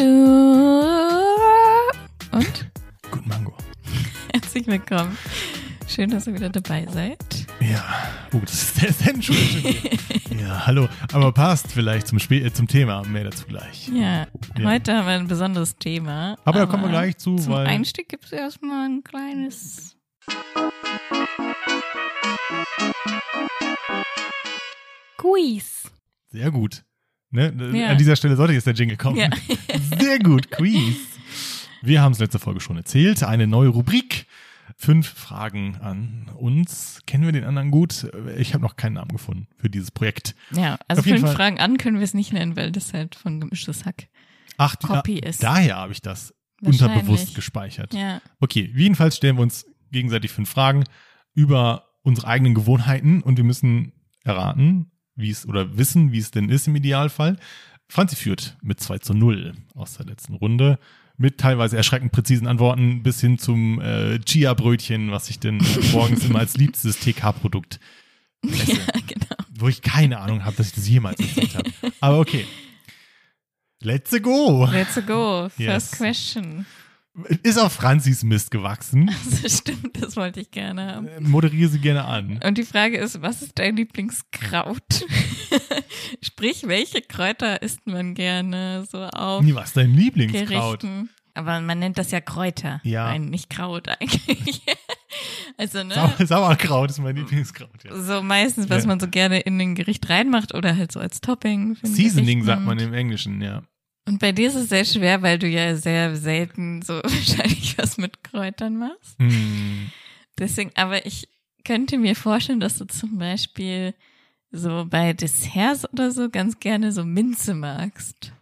Hallo. Und Guten Mango. herzlich willkommen. Schön, dass ihr wieder dabei seid. Ja, gut, das ist der Sensual. ja, hallo. Aber passt vielleicht zum, Spiel, äh, zum Thema. Mehr dazu gleich. Ja, Ja. heute haben wir ein besonderes Thema. Aber da kommen wir gleich zu, Zum weil. Einstieg gibt es erstmal ein kleines. Quiz. sehr gut. Ne? Ja. An dieser Stelle sollte jetzt der Jingle kommen. Ja. sehr gut, Quiz. Wir haben es letzte Folge schon erzählt. Eine neue Rubrik. Fünf Fragen an uns. Kennen wir den anderen gut? Ich habe noch keinen Namen gefunden für dieses Projekt. Ja, also Auf jeden fünf Fall. Fragen an können wir es nicht nennen, weil das halt von gemischtes Hack Ach, die- Copy ah, ist. daher habe ich das Wahrscheinlich. unterbewusst gespeichert. Ja, Okay, jedenfalls stellen wir uns gegenseitig fünf Fragen über unsere eigenen Gewohnheiten und wir müssen erraten, wie es oder wissen, wie es denn ist im Idealfall. Franzi führt mit 2 zu 0 aus der letzten Runde. Mit teilweise erschreckend präzisen Antworten bis hin zum äh, Chia-Brötchen, was ich denn morgens immer als liebstes TK-Produkt esse. genau. Wo ich keine Ahnung habe, dass ich das jemals erzählt habe. Aber okay. Let's go! Let's go. First Yes. question. Ist auf Franzis Mist gewachsen. Das stimmt, das wollte ich gerne haben. Moderiere sie gerne an. Und die Frage ist, was ist dein Lieblingskraut? Sprich, welche Kräuter isst man gerne so auf Nee, was ist dein Lieblingskraut? Gerichten? Aber man nennt das ja Kräuter. Ja. Nein, nicht Kraut eigentlich. also, ne? Mhm. Sau Sauerkraut ist mein Lieblingskraut. Ja. So meistens, was Ja. man so gerne in ein Gericht reinmacht oder halt so als Topping. für ein Seasoning Gericht mhm. sagt man nimmt. im Englischen, ja. Und bei dir ist es sehr schwer, weil du ja sehr selten so wahrscheinlich was mit Kräutern machst. Hm. Deswegen, aber ich könnte mir vorstellen, dass du zum Beispiel so bei Desserts oder so ganz gerne so Minze magst.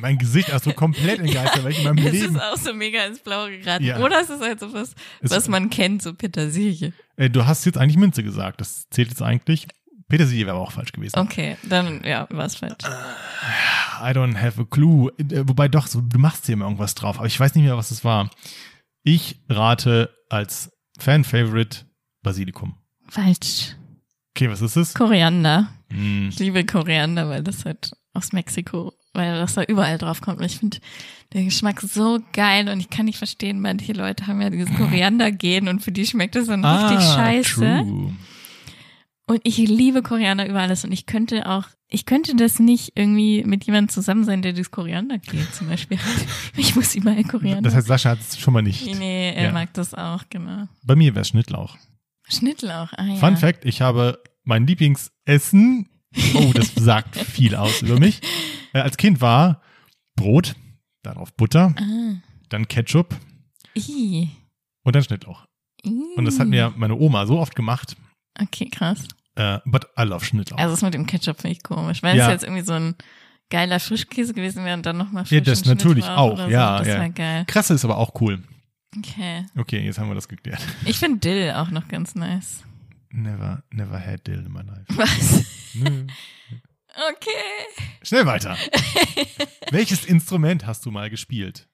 Mein Gesicht ist so komplett in Geister, weil ich in meinem Es ist Leben. auch so mega ins Blaue geraten. Ja. Oder es ist halt so was, Es- was man kennt, so Petersilie. Äh, du hast jetzt eigentlich Minze gesagt. Das zählt jetzt eigentlich. Petersilie wäre aber auch falsch gewesen. Okay, dann, ja, war es falsch. I don't have a clue. Äh, Wobei doch, so, du machst dir immer irgendwas drauf, aber ich weiß nicht mehr, was es war. Ich rate als Fan-Favorite Basilikum. Falsch. Okay, was ist es? Koriander. Hm. Ich liebe Koriander, weil das halt aus Mexiko, weil das da überall drauf kommt. Und ich finde den Geschmack so geil und ich kann nicht verstehen, manche Leute haben ja dieses Koriander-Gen und für die schmeckt das dann Ah, richtig scheiße. True. Und ich liebe Koriander über alles und ich könnte auch, ich könnte das nicht irgendwie mit jemandem zusammen sein, der das Koriander geht zum Beispiel. ich muss überall Koriander. Das heißt, Sascha hat es schon mal nicht. ne? nee, er Ja. mag das auch, genau. Bei mir wäre Schnittlauch. Schnittlauch, ah ja. Fun Fact, ich habe mein Lieblingsessen, oh, das sagt viel aus über mich, äh, als Kind war Brot, darauf Butter, Ah, dann Ketchup i, und dann Schnittlauch. i. Und das hat mir Mm. meine Oma so oft gemacht, Okay, krass. äh, but I love Schnittlauch. Also das mit dem Ketchup finde ich komisch. Wenn Ja. es jetzt irgendwie so ein geiler Frischkäse gewesen wäre und dann nochmal Ja, frischen das natürlich Schnittlauch auch, oder ja, So, das ja. wäre geil. Krasse ist aber auch cool. Okay. Okay, jetzt haben wir das geklärt. Ich finde Dill auch noch ganz nice. Never, never had dill in my life. Was? Nö. Okay. Schnell weiter. Welches Instrument hast du mal gespielt?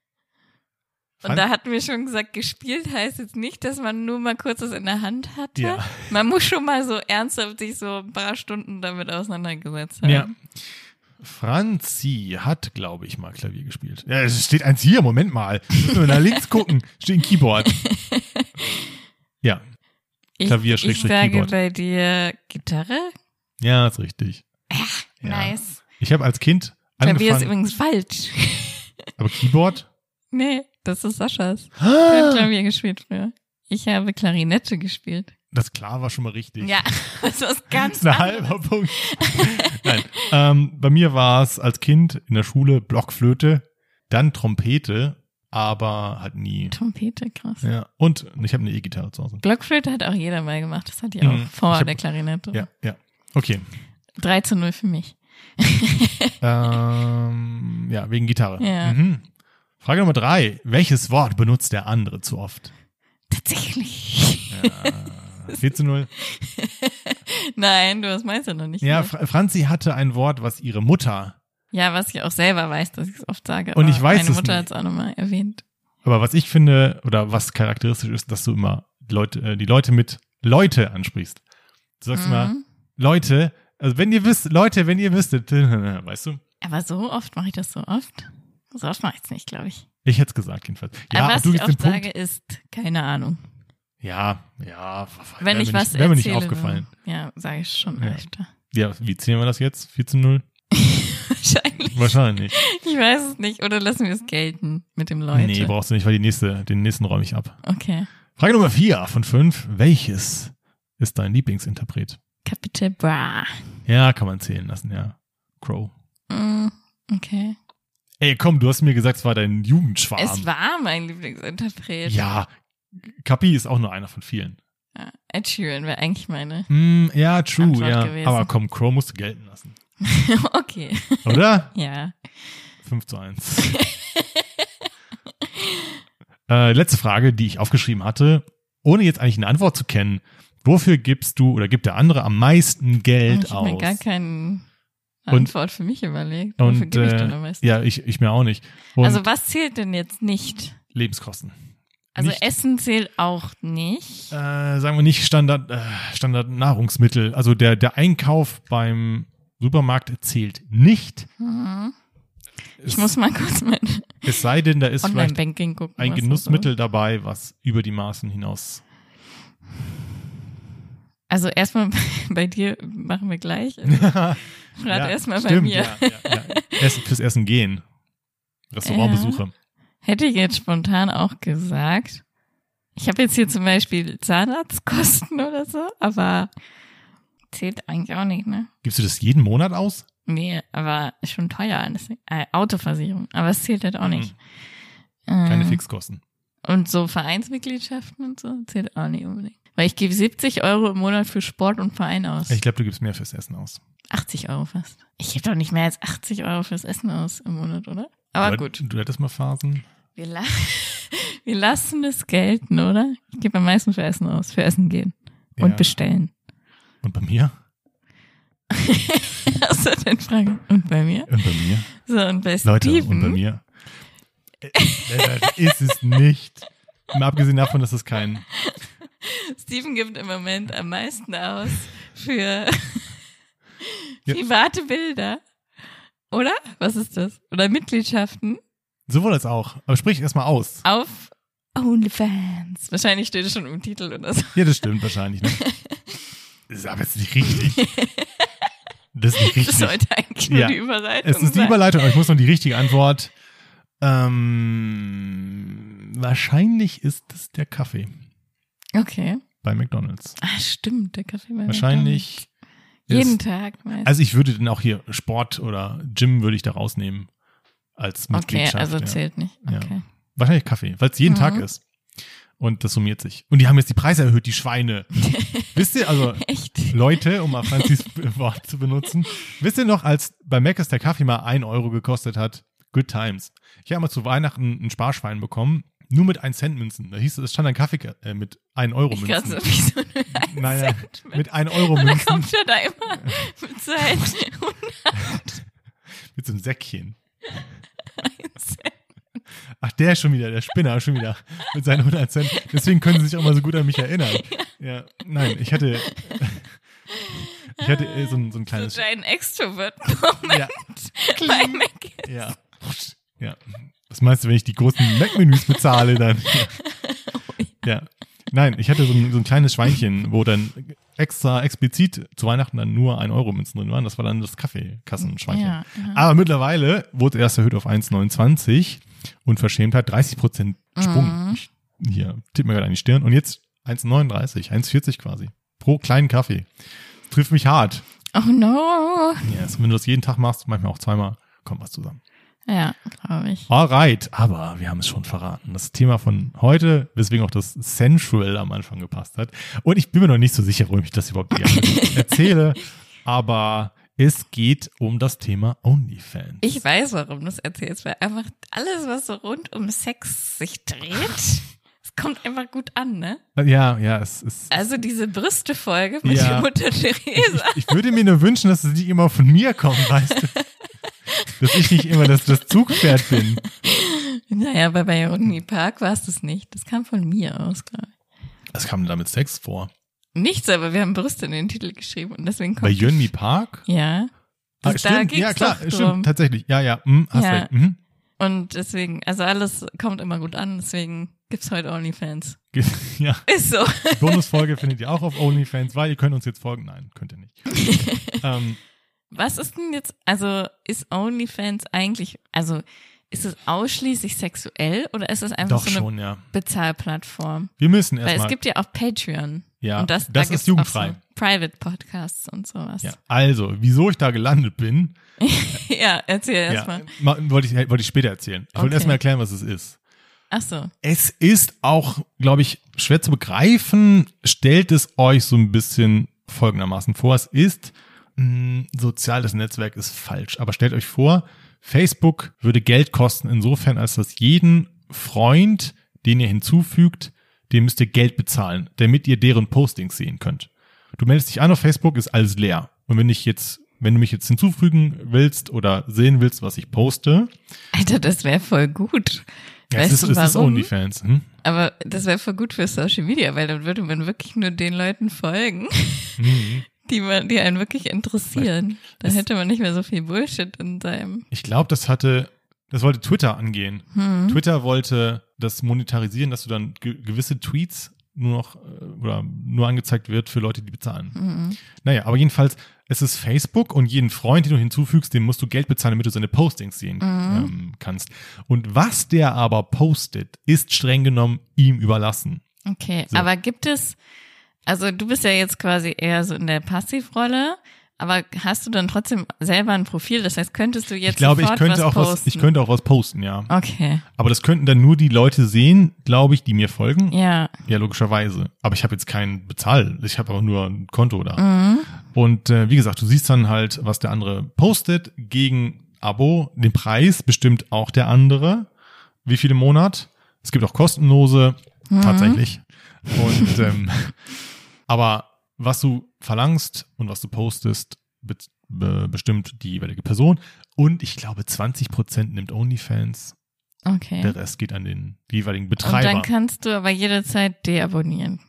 Und da hatten wir schon gesagt, gespielt heißt jetzt nicht, dass man nur mal kurz das in der Hand hatte. Ja. Man muss schon mal so ernsthaft sich so ein paar Stunden damit auseinandergesetzt haben. Ja. Franzi hat, glaube ich, mal Klavier gespielt. Ja, es steht eins hier, Moment mal. Müssen wir nach links gucken, steht ein Keyboard. Ja, Ich, Klavier, ich Schrägstrich, sage Keyboard. bei dir Gitarre. ja, ist richtig. Ja. Nice. Ich habe als Kind Klavier ist angefangen, übrigens falsch. aber Keyboard? nee, das ist Saschas. Ich Ah. habe Klavier gespielt früher. Ich habe Klarinette gespielt. Das klar war schon mal richtig. Ja, das ist was ganz Das ist ein anderes. halber Punkt. Nein. Ähm, bei mir war es als Kind in der Schule Blockflöte, dann Trompete, aber hat nie. Trompete, krass. Ja. Und ich habe eine E-Gitarre zu Hause. Blockflöte hat auch jeder mal gemacht. Das hat die Mhm. auch vor Ich hab- der Klarinette. Ja, ja. Okay. 3 zu 0 für mich. Ähm, ja, wegen Gitarre. Ja. Mhm. Frage Nummer drei. Welches Wort benutzt der andere zu oft? Tatsächlich. Ja. 4 zu 0. Nein, du hast meins ja noch nicht. Ja, gemacht. Fra Franzi hatte ein Wort, was ihre Mutter, ja, was ich auch selber weiß, dass ich es oft sage. Und aber ich weiß Meine es Mutter hat nicht. es auch nochmal erwähnt. aber was ich finde oder was charakteristisch ist, dass du immer Leute, äh, die Leute mit Leute ansprichst. Du sagst immer, Mhm. Leute, also wenn ihr wisst, Leute, wenn ihr wüsstet, weißt du? Aber so oft mache ich das so oft. So oft mache ich es nicht, glaube ich. Ich hätte es gesagt, jedenfalls. Ja, Aber ob was du ich jetzt den oft Punkt. sage, ist, keine Ahnung. Ja, ja. Wenn wär ich mir was nicht, Wäre mir nicht erzähle, ne? aufgefallen. Ja, sage ich schon Ja. öfter. Ja, wie zählen wir das jetzt? 14-0? Wahrscheinlich. Wahrscheinlich. Ich weiß es nicht. Oder lassen wir es gelten mit dem Leute. nee, brauchst du nicht, weil die nächste, den nächsten räume ich ab. okay. Frage Nummer 4 von 5. Welches ist dein Lieblingsinterpret? Capital Bra. Ja, kann man zählen lassen, ja. Crow. Mm, okay. Ey, komm, du hast mir gesagt, es war dein Jugendschwarm. Es war mein Lieblingsinterpret. ja, Kapi ist auch nur einer von vielen. Ja, Ed Sheeran wäre eigentlich meine. Hm, ja, true, Antwort ja. gewesen. Aber komm, Crow musst du gelten lassen. okay. Oder? Ja. 5 zu 1. äh, letzte Frage, die ich aufgeschrieben hatte, ohne jetzt eigentlich eine Antwort zu kennen. Wofür gibst du oder gibt der andere am meisten Oh, Geld ich hab mir aus? gar keine Und- Antwort für mich überlegt. Wofür Und gebe ich denn am äh, meisten? ja, ich, ich mir auch nicht. Und also was zählt denn jetzt nicht? Lebenskosten. Also Nicht- Essen zählt auch nicht. äh, sagen wir nicht Standard, äh, Standard Nahrungsmittel. Also der, der Einkauf beim Supermarkt zählt nicht. Hm. Es, Ich muss mal kurz mein es sei denn, da ist vielleicht Online-Banking gucken. ein was da so- Genussmittel dabei, was über die Maßen hinaus. Also erstmal bei dir machen wir gleich. Gerade Gerade erstmal bei stimmt, mir. Ja, ja, ja. Ess- fürs Essen gehen. Restaurantbesuche. Hätte ich jetzt spontan auch gesagt. Ich habe jetzt hier zum Beispiel Zahnarztkosten oder so, aber zählt eigentlich auch nicht, ne? Gibst du das jeden Monat aus? Nee, aber ist schon teuer. deswegen- Äh, Autoversicherung, aber es zählt halt auch nicht. Mhm. Hm, Keine Ähm, Fixkosten. Und so Vereinsmitgliedschaften und so zählt auch nicht unbedingt. Weil ich gebe 70 Euro im Monat für Sport und Verein aus. Ich glaube, du gibst mehr fürs Essen aus. 80 Euro fast. Ich gebe doch nicht mehr als 80 Euro fürs Essen aus im Monat, oder? Aber du, gut. Du hättest mal Phasen. Wir, la wir lassen es gelten, oder? Ich gebe am meisten für Essen aus, für Essen gehen Ja. und bestellen. Und bei mir? Hast du denn Fragen? Und bei mir? Und bei mir? So, und bei Leute, Steven. und bei mir. Äh, Lennart ist es nicht. Mal abgesehen davon, dass es kein. Steven gibt im Moment am meisten aus für Ja. private Bilder. Oder? Was ist das? Oder Mitgliedschaften Sowohl als auch. Aber sprich erstmal aus. auf OnlyFans. Wahrscheinlich steht es schon im Titel oder so. Ja, das stimmt wahrscheinlich. Ne? Das ist aber jetzt nicht richtig. Das ist nicht Das richtig. sollte eigentlich nur Ja. die Überleitung Es ist die sein. Überleitung, aber ich muss noch die richtige Antwort. Ähm, wahrscheinlich ist es der Kaffee okay. bei McDonalds. Ah, stimmt, der Kaffee bei Wahrscheinlich. McDonald's. Jeden ist, Tag meinst also ich würde dann auch hier Sport oder Gym würde ich da rausnehmen als Okay, Mitgliedschaft. also ja. zählt nicht. Ja. Okay. Wahrscheinlich Kaffee, weil es jeden Mhm. Tag ist. Und das summiert sich. Und die haben jetzt die Preise erhöht, die Schweine. Wisst ihr, also Echt? Leute, um mal Franzis Wort zu benutzen, wisst ihr noch, als bei Mac ist der Kaffee mal 1 Euro gekostet hat? Good times. Ich habe mal zu Weihnachten ein Sparschwein bekommen, nur mit 1 Cent Münzen. Da hieß es, es stand ein Kaffee äh, mit 1 Euro Ich glaube, so Münzen. wie so eine Naja, Cent mit 1 Euro Und dann Münzen, kommt er da immer mit seinen 100 mit so einem Säckchen. Cent. Ach, der schon wieder, der Spinner schon wieder mit seinen 100 Cent. Deswegen können sie sich auch mal so gut an mich erinnern. Ja, nein, ich hatte, ich hatte äh, so ein, so ein So einen kleines, kleinen Extrovert-Moment ja, bei Mhm. Mac. ja, ja. Was meinst du, wenn ich die großen Mac-Menüs bezahle dann? Ja. Nein, ich hatte so ein, so ein kleines Schweinchen, wo dann extra explizit zu Weihnachten dann nur 1 Euro Münzen drin waren. Das war dann das Kaffeekassenschweinchen. Ja, ja. Aber mittlerweile wurde erst erhöht auf 1,29 und verschämt hat 30 Prozent Sprung. Mhm. Ich- Hier, tipp mir gerade an die Stirn. Und jetzt 1,39, 1,40 quasi. Pro kleinen Kaffee. Das trifft mich hart. Oh no. Yes. Und wenn du das jeden Tag machst, manchmal auch zweimal, kommt was zusammen. Ja, glaube ich. Alright, aber wir haben es schon verraten. Das Thema von heute, weswegen auch das Sensual am Anfang gepasst hat. Und ich bin mir noch nicht so sicher, warum ich das überhaupt hier alles erzähle, aber es geht um das Thema OnlyFans. Ich weiß, warum du es erzählst, weil einfach alles, was so rund um Sex sich dreht, es kommt einfach gut an, ne? Ja, ja, es ist. Also diese Brüste-Folge mit Ja. Mutter Ich, Theresa. ich würde mir nur wünschen, dass es nicht immer von mir kommt, weißt du? Dass ich nicht immer das, das Zugpferd bin. Naja, aber bei Rodney Park war es das nicht. Das kam von mir aus, glaube ich. Was kam denn da mit Sex vor? Nichts, aber wir haben Brüste in den Titel geschrieben und deswegen Bei kommt. Jönmi Park? Ah, Ja. Das, da stimmt, ja ging's klar, doch drum. stimmt, tatsächlich. Ja, ja, hm, hast Ja. recht. Mhm. Und deswegen, also alles kommt immer gut an, deswegen gibt's heute OnlyFans. Ge- Ja, Ist so. die Bonusfolge findet ihr auch auf OnlyFans, weil ihr könnt uns jetzt folgen. Nein, könnt ihr nicht. ähm, Was ist denn jetzt, also ist OnlyFans eigentlich, also ist es ausschließlich sexuell oder ist es einfach doch Also so eine schon, ja. Bezahlplattform? Wir müssen Weil es erstmal. gibt ja auch Patreon. Ja, und das, das da ist gibt's jugendfrei. Auch so Private Podcasts und sowas. Ja, also, wieso ich da gelandet bin, Ja, erzähl ja, erstmal. ma- wollte ich, wollte ich später erzählen. Ich Okay. wollte erstmal erklären, was es ist. Ach so. Es ist auch, glaube ich, schwer zu begreifen. Stellt es euch so ein bisschen folgendermaßen vor. Es ist, mh, soziales Netzwerk ist falsch. Aber stellt euch vor, Facebook würde Geld kosten insofern, als dass jeden Freund, den ihr hinzufügt, den müsst ihr Geld bezahlen, damit ihr deren Postings sehen könnt. Du meldest dich an auf Facebook, ist alles leer. Und wenn ich jetzt, wenn du mich jetzt hinzufügen willst oder sehen willst, was ich poste, Alter, das wäre voll gut. ja, Weißt es ist, du es ist warum? OnlyFans. Hm? Aber das wäre voll gut für Social Media, weil dann würde man wirklich nur den Leuten folgen, Mhm. die man, die einen wirklich interessieren. Dann hätte man nicht mehr so viel Bullshit in seinem. Ich glaube, das hatte, das wollte Twitter angehen. Hm. Twitter wollte das monetarisieren, dass du dann ge gewisse Tweets nur noch äh, oder nur angezeigt wird für Leute, die bezahlen. Mhm. Naja, aber jedenfalls, es ist Facebook und jeden Freund, den du hinzufügst, dem musst du Geld bezahlen, damit du seine Postings sehen Mhm. ähm, kannst. Und was der aber postet, ist streng genommen ihm überlassen. Okay, So. aber gibt es, also du bist ja jetzt quasi eher so in der Passivrolle, aber hast du dann trotzdem selber ein Profil? Das heißt, könntest du jetzt ich glaube, ich sofort könnte was auch posten? was, ich könnte auch was posten, ja. Okay, Aber das könnten dann nur die Leute sehen, glaube ich, die mir folgen. ja. Ja, logischerweise. Aber ich habe jetzt keinen Bezahl. Ich habe auch nur ein Konto da. Mhm. Und äh, wie gesagt, du siehst dann halt, was der andere postet gegen Abo. Den Preis bestimmt auch der andere. Wie viel im Monat? Es gibt auch kostenlose, Mhm. tatsächlich. Und ähm, aber was du verlangst und was du postest, be be bestimmt die jeweilige Person. Und ich glaube, 20% nimmt OnlyFans. Okay. Der Rest geht an den jeweiligen Und Betreiber. dann kannst du aber jederzeit deabonnieren.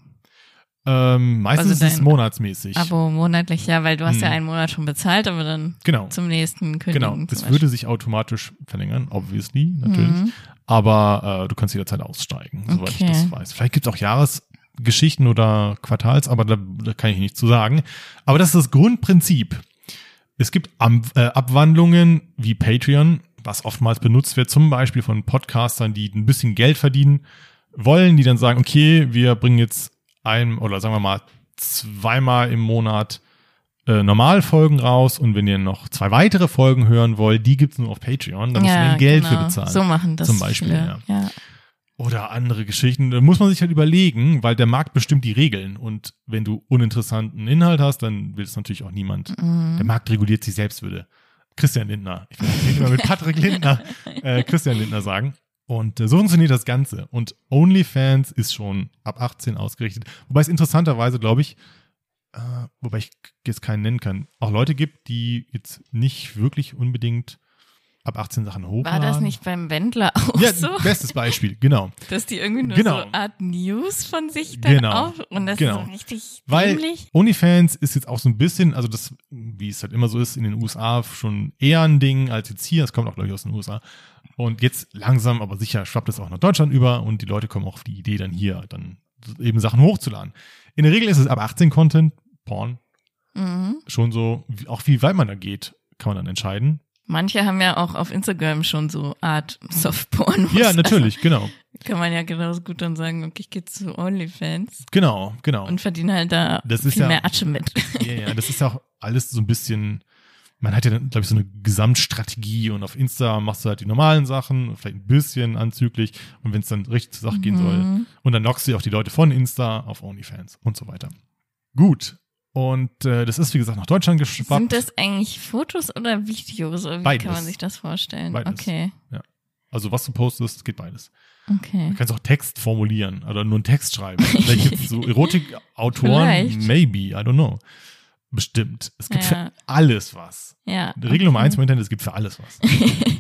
Ähm, meistens Also ist es dein monatsmäßig. Abo monatlich, ja, weil du hast ja Hm. einen Monat schon bezahlt, aber dann genau. zum nächsten Genau. kündigen. Es zum Mhm. würde sich automatisch verlängern, obviously, Beispiel. natürlich. Aber äh, du kannst jederzeit aussteigen, soweit Okay. ich das weiß. Vielleicht gibt es auch Jahresgeschichten oder Quartals, aber da, da kann ich nichts zu sagen. Aber das ist das Grundprinzip. Es gibt Am äh, Abwandlungen wie Patreon, was oftmals benutzt wird, zum Beispiel von Podcastern, die ein bisschen Geld verdienen wollen, die dann sagen, okay, wir bringen jetzt ein oder sagen wir mal zweimal im Monat äh, Normalfolgen raus und wenn ihr noch zwei weitere Folgen hören wollt, die gibt's nur auf Patreon, da müssen wir Geld für bezahlen. genau. So machen das Zum Beispiel, viele. ja. Oder andere Geschichten. Da muss man sich halt überlegen, weil der Markt bestimmt die Regeln. Und wenn du uninteressanten Inhalt hast, dann will es natürlich auch niemand. mhm. Der Markt reguliert sich selbst, würde Christian Lindner. Ich will nicht immer mit Patrick Lindner, äh, Christian Lindner sagen. Und äh, so funktioniert das Ganze. Und OnlyFans ist schon ab 18 ausgerichtet. Wobei es interessanterweise, glaube ich, äh, wobei ich jetzt keinen nennen kann, auch Leute gibt, die jetzt nicht wirklich unbedingt ab 18 Sachen War hochladen. das nicht beim Wendler auch Ja, so, bestes Beispiel, genau. dass die irgendwie nur genau. so eine Art News von sich dann Genau. auf und das Genau. ist so richtig Weil dämlich? OnlyFans ist jetzt auch so ein bisschen, also das, wie es halt immer so ist, in den USA schon eher ein Ding als jetzt hier. Es kommt auch, glaube ich, aus den USA. Und jetzt langsam, aber sicher schwappt es auch nach Deutschland über und die Leute kommen auch auf die Idee, dann hier dann eben Sachen hochzuladen. In der Regel ist es ab 18 Content, Porn, Mhm. schon so, wie- auch wie weit man da geht, kann man dann entscheiden. Manche haben ja auch auf Instagram schon so Art Softporn. Ja, Also natürlich, genau. kann man ja genauso gut dann sagen, okay, ich gehe zu OnlyFans Genau, genau. und verdiene halt da Das ist viel ja- mehr Atsche mit. Ja, ja, das ist ja auch alles so ein bisschen, man hat ja dann, glaube ich, so eine Gesamtstrategie und auf Insta machst du halt die normalen Sachen, vielleicht ein bisschen anzüglich und wenn es dann richtig zur Sache gehen soll. Mhm. Und dann lockst du ja auch die Leute von Insta auf OnlyFans und so weiter. Gut. Und äh, das ist, wie gesagt, nach Deutschland geschwappt. Sind das eigentlich Fotos oder Videos? Oder wie Beides. kann man sich das vorstellen? Beides. Okay, also was du postest, geht beides. Du okay. kannst auch Text formulieren oder nur einen Text schreiben. Vielleicht jetzt so Vielleicht. Erotikautoren, maybe, I don't know. Bestimmt. Es gibt Ja. für alles was. Ja. Regel Nummer eins im Internet, es gibt für alles was.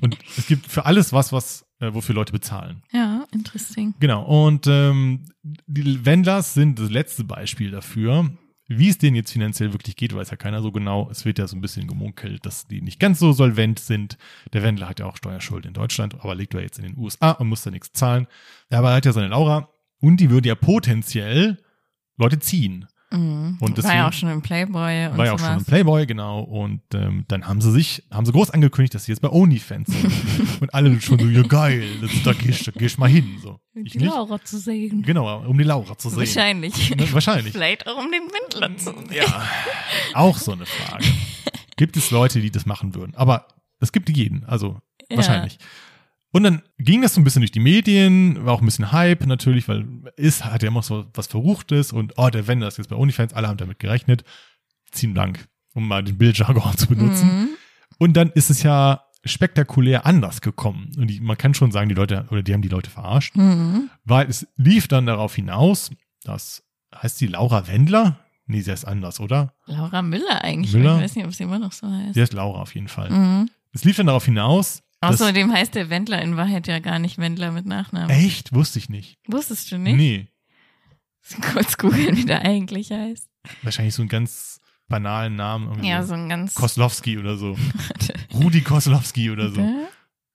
und es gibt für alles was, was äh, wofür Leute bezahlen. Ja, interesting. Genau. Und ähm, die Wendlers sind das letzte Beispiel dafür. Wie es denen jetzt finanziell wirklich geht, weiß ja keiner so genau. Es wird ja so ein bisschen gemunkelt, dass die nicht ganz so solvent sind. Der Wendler hat ja auch Steuerschulden in Deutschland, aber liegt ja jetzt in den USA und muss da nichts zahlen. Ja, aber er hat ja seine Laura und die würde ja potenziell Leute ziehen. Mhm. war ja Und deswegen- auch schon im Playboy und War ja auch sowas. schon im Playboy, genau. Und ähm, dann haben sie sich, haben sie groß angekündigt, dass sie jetzt bei OnlyFans sind. und alle schon so, ja geil, das, da gehst du geh ich mal hin. So. Ich die nicht. Laura zu sehen. Genau, um die Laura zu sehen. Wahrscheinlich. Ne, Wahrscheinlich. Mm, Vielleicht auch um den Wendler zu sehen. Ja, auch so eine Frage. Gibt es Leute, die das machen würden? Aber es gibt jeden, also Ja. wahrscheinlich. Und dann ging das so ein bisschen durch die Medien, war auch ein bisschen Hype natürlich, weil ist hat ja immer so was Verruchtes und oh, der Wender ist jetzt bei OnlyFans, alle haben damit gerechnet. Ziehen blank, um mal den Bildjargon zu benutzen. Mhm. Und dann ist es ja spektakulär anders gekommen. Und die, man kann schon sagen, die Leute, oder die haben die Leute verarscht, Mhm. weil es lief dann darauf hinaus, dass, heißt die Laura Wendler? Nee, sie heißt anders, oder? Laura Müller eigentlich. Müller? Ich weiß nicht, ob sie immer noch so heißt. Sie heißt Laura auf jeden Fall. Mhm. Es lief dann darauf hinaus. dass- Außerdem heißt der Wendler in Wahrheit ja gar nicht Wendler mit Nachnamen. Echt? Wusste ich nicht. Wusstest du nicht? Nee. Kurz googeln, wie der eigentlich heißt. Wahrscheinlich so einen ganz banalen Namen. Irgendwie Ja, so ein ganz. Koslowski oder so. Rudi Koslowski oder so. Ne?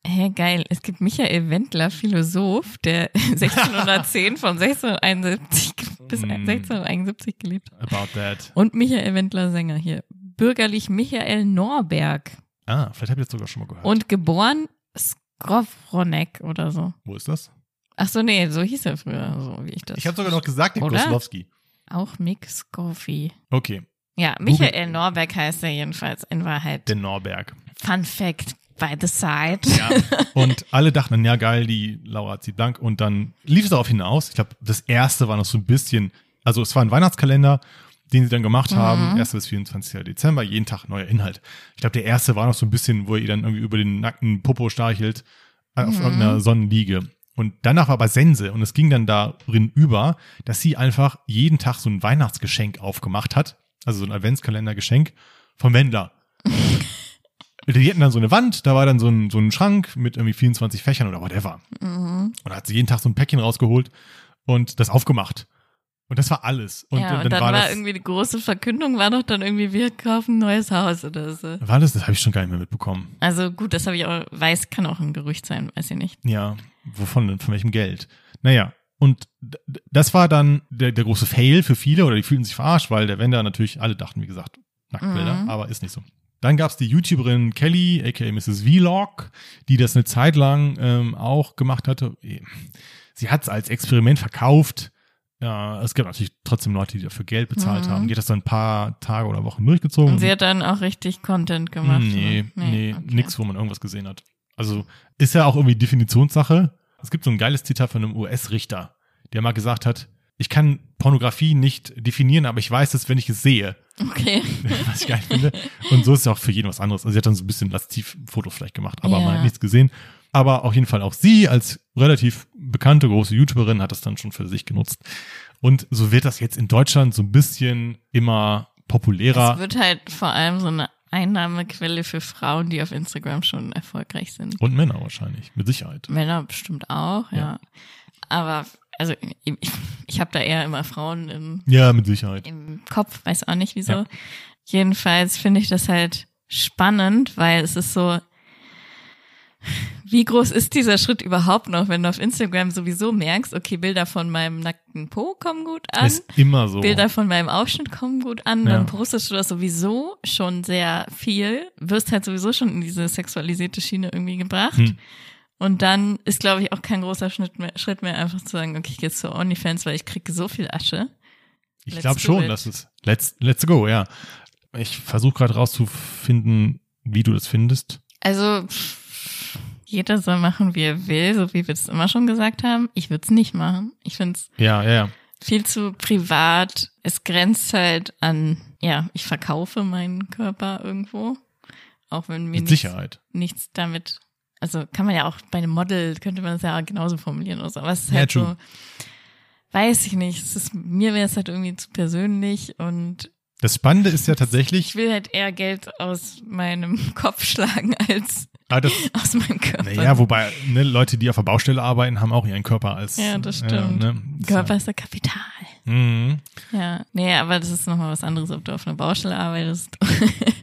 Hä, geil. Es gibt Michael Wendler, Philosoph, der 1610 von 1671 bis Mm. 1671 gelebt hat. About that. Und Michael Wendler, Sänger hier. Bürgerlich Michael Norberg. Ah, vielleicht habt ihr das sogar schon mal gehört. Und geboren Skowronek oder so. Wo ist das? Ach so, nee, so hieß er früher, so wie ich das. Ich habe sogar noch gesagt, den Oder? Koslowski. Auch Mick Scovey. Okay, Ja, Google- Michael Norberg heißt er jedenfalls in Wahrheit. der Norberg. Fun Fact by the side. Ja. Und alle dachten dann, ja geil, die Laura zieht blank. Und dann lief es darauf hinaus. Ich glaube, das erste war noch so ein bisschen, also es war ein Weihnachtskalender, den sie dann gemacht haben, 1. bis 24. Dezember, jeden Tag neuer Inhalt. Ich glaube, der erste war noch so ein bisschen, wo er ihr dann irgendwie über den nackten Popo streichelt, äh, auf irgendeiner Sonnenliege. Und danach war bei Sense und es ging dann darin über, dass sie einfach jeden Tag so ein Weihnachtsgeschenk aufgemacht hat, also so ein Adventskalendergeschenk vom Wendler. Die hatten dann so eine Wand, da war dann so ein, so ein Schrank mit irgendwie 24 Fächern oder whatever. Mhm. Und da hat sie jeden Tag so ein Päckchen rausgeholt und das aufgemacht. Und das war alles. Und, ja, dann, und dann, war, war das, irgendwie die große Verkündung, war doch dann irgendwie, wir kaufen ein neues Haus oder so. war das, das habe ich schon gar nicht mehr mitbekommen. Also gut, das habe ich auch, weiß, kann auch ein Gerücht sein, weiß ich nicht. Ja, wovon denn? Von welchem Geld? Naja, und d- d- das war dann der, der große Fail für viele oder die fühlten sich verarscht, weil der Wender natürlich, alle dachten, wie gesagt, Nacktbilder, Mhm. aber ist nicht so. Dann gab's die YouTuberin Kelly, aka Mrs. Vlog, die das eine Zeit lang ähm, auch gemacht hatte. Sie hat's als Experiment verkauft. Ja, es gab natürlich trotzdem Leute, die dafür Geld bezahlt Mhm. haben. Die hat das dann ein paar Tage oder Wochen durchgezogen. Und sie hat dann auch richtig Content gemacht. Hm. Mm, Nee, oder? nee, okay. nix, wo man irgendwas gesehen hat. Also ist ja auch irgendwie Definitionssache. Es gibt so ein geiles Zitat von einem US-Richter, der mal gesagt hat, ich kann Pornografie nicht definieren, aber ich weiß es, wenn ich es sehe, Okay. was ich geil finde. Und so ist es auch für jeden was anderes. Also sie hat dann so ein bisschen lastiv Fotos vielleicht gemacht, aber Ja. man hat nichts gesehen. Aber auf jeden Fall auch sie als relativ bekannte große YouTuberin hat das dann schon für sich genutzt. Und so wird das jetzt in Deutschland so ein bisschen immer populärer. Es wird halt vor allem so eine Einnahmequelle für Frauen, die auf Instagram schon erfolgreich sind. Und Männer wahrscheinlich, mit Sicherheit. Männer bestimmt auch, ja. Ja. Aber also ich, ich habe da eher immer Frauen im, Ja, mit Sicherheit. im Kopf, weiß auch nicht wieso. Ja. Jedenfalls finde ich das halt spannend, weil es ist so, wie groß ist dieser Schritt überhaupt noch, wenn du auf Instagram sowieso merkst, okay, Bilder von meinem nackten Po kommen gut an. Ist immer so. Bilder von meinem Ausschnitt kommen gut an, Ja. dann postest du das sowieso schon sehr viel, wirst halt sowieso schon in diese sexualisierte Schiene irgendwie gebracht. Hm. Und dann ist, glaube ich, auch kein großer Schnitt mehr, Schritt mehr, einfach zu sagen, okay, ich gehe jetzt zu OnlyFans, weil ich kriege so viel Asche. ich Let's glaube do schon, it. dass es. Let's, let's go, ja. Ich versuche gerade rauszufinden, wie du das findest. Also pff, jeder soll machen, wie er will, so wie wir es immer schon gesagt haben. Ich würde es nicht machen. Ich finde es Ja, ja, ja. viel zu privat. Es grenzt halt an, ja, ich verkaufe meinen Körper irgendwo. Auch wenn mir Mit nichts Sicherheit. nichts damit. Also kann man ja auch bei einem Model, könnte man es ja genauso formulieren oder so. Aber es ist Ja, halt true. so, weiß ich nicht. Es ist, mir wäre es halt irgendwie zu persönlich und Das Spannende ist ja ich tatsächlich, will halt eher Geld aus meinem Kopf schlagen als ah, das, aus meinem Körper. naja, wobei ne, Leute, die auf der Baustelle arbeiten, haben auch ihren Körper als. Ja, das Ja, stimmt. ne, ist Körper Ja, ist ja Kapital. Mhm. Ja, nee, aber das ist nochmal was anderes, ob du auf einer Baustelle arbeitest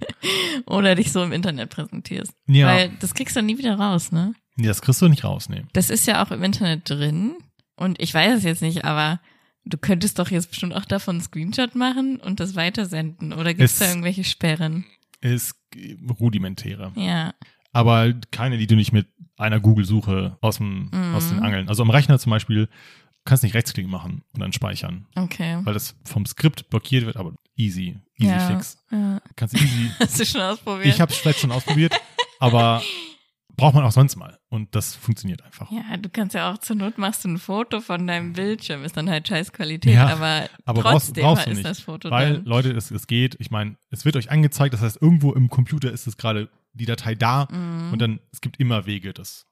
oder dich so im Internet präsentierst. Ja. Weil das kriegst du nie wieder raus, ne? Nee, das kriegst du nicht rausnehmen. Das ist ja auch im Internet drin und ich weiß es jetzt nicht, aber du könntest doch jetzt bestimmt auch davon einen Screenshot machen und das weitersenden oder gibt es Es- da irgendwelche Sperren? Ist äh, rudimentäre. Ja, aber keine, die du nicht mit einer Google-Suche aus, dem Mhm. aus den Angeln. Also am Rechner zum Beispiel kannst nicht Rechtsklick machen und dann speichern, okay. weil das vom Skript blockiert wird, aber easy, easy ja. fix. Ja. Kannst easy. Hast du schon ausprobiert? ich habe es vielleicht schon ausprobiert, aber braucht man auch sonst mal und das funktioniert einfach. ja, du kannst ja auch zur Not machst du ein Foto von deinem Bildschirm, ist dann halt scheiß Qualität, Ja, aber, aber brauchst- trotzdem brauchst du ist nicht, das Foto Weil, drin. Leute, es, es geht. Ich meine, es wird euch angezeigt, das heißt, irgendwo im Computer ist es gerade die Datei da Mhm. und dann, es gibt immer Wege, das.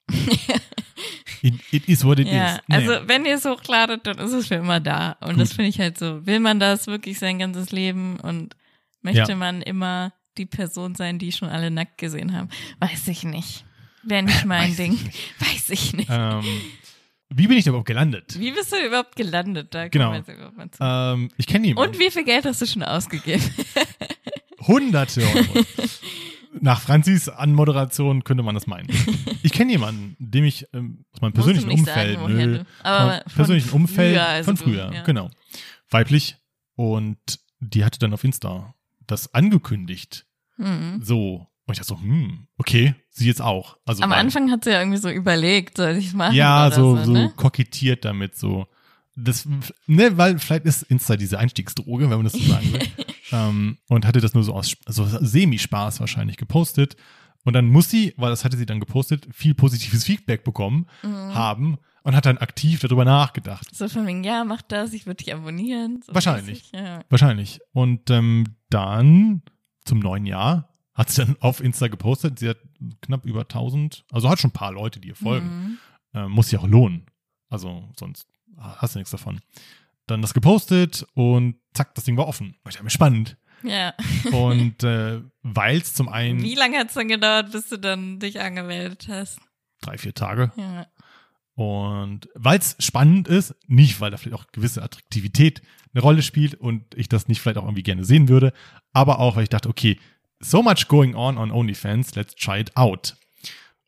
it, it is what it ja, is. Nee. also wenn ihr es hochladet, dann ist es für immer da. Und Gut. das finde ich halt so. Will man das wirklich sein ganzes Leben und möchte Ja. man immer die Person sein, die schon alle nackt gesehen haben? Weiß ich nicht. Wäre nicht mein Weiß ich Ding. Weiß ich nicht. ähm, wie bin ich da überhaupt gelandet? Wie bist du überhaupt gelandet? Da Genau. kommen wir jetzt überhaupt mal zu. Ähm, ich kenne jemanden. Und wie viel Geld hast du schon ausgegeben? Hunderte Euro. Nach Franzis Anmoderation könnte man das meinen. Ich kenne jemanden, dem ich ähm, aus Musst du meinem persönlichen nicht Umfeld, sagen, woher nö, du- aus Aber meinem von persönlichen Umfeld früher, also von du- früher, ja. genau. Weiblich. Und die hatte dann auf Insta das angekündigt. Mhm. So. Und ich dachte so, hm, okay, sie jetzt auch. Also Am weil- Anfang hat sie ja irgendwie so überlegt, soll ich es machen? Ja, oder so, so, Ne? kokettiert damit, so. Das, ne, weil vielleicht ist Insta diese Einstiegsdroge, wenn man das so sagen will. ähm, und hatte das nur so aus Sp- so Semi-Spaß wahrscheinlich gepostet. Und dann muss sie, weil das hatte sie dann gepostet, viel positives Feedback bekommen Mhm. haben und hat dann aktiv darüber nachgedacht. So von wegen, ja, mach das, ich würde dich abonnieren. So Wahrscheinlich. mäßig, Ja. Wahrscheinlich. Und ähm, dann zum neuen Jahr hat sie dann auf Insta gepostet. Sie hat knapp über 1000, also hat schon ein paar Leute, die ihr folgen. Mhm. äh, muss sich auch lohnen. Also sonst hast du nichts davon. Dann das gepostet und zack, das Ding war offen. Ich dachte mir spannend. Ja. Und äh, weil es zum einen Wie lange hat's dann gedauert, bis du dann dich angemeldet hast? drei, vier Tage Ja. und weil es spannend ist, nicht weil da vielleicht auch gewisse Attraktivität eine Rolle spielt und ich das nicht vielleicht auch irgendwie gerne sehen würde, aber auch weil ich dachte, okay, so much going on on OnlyFans, let's try it out.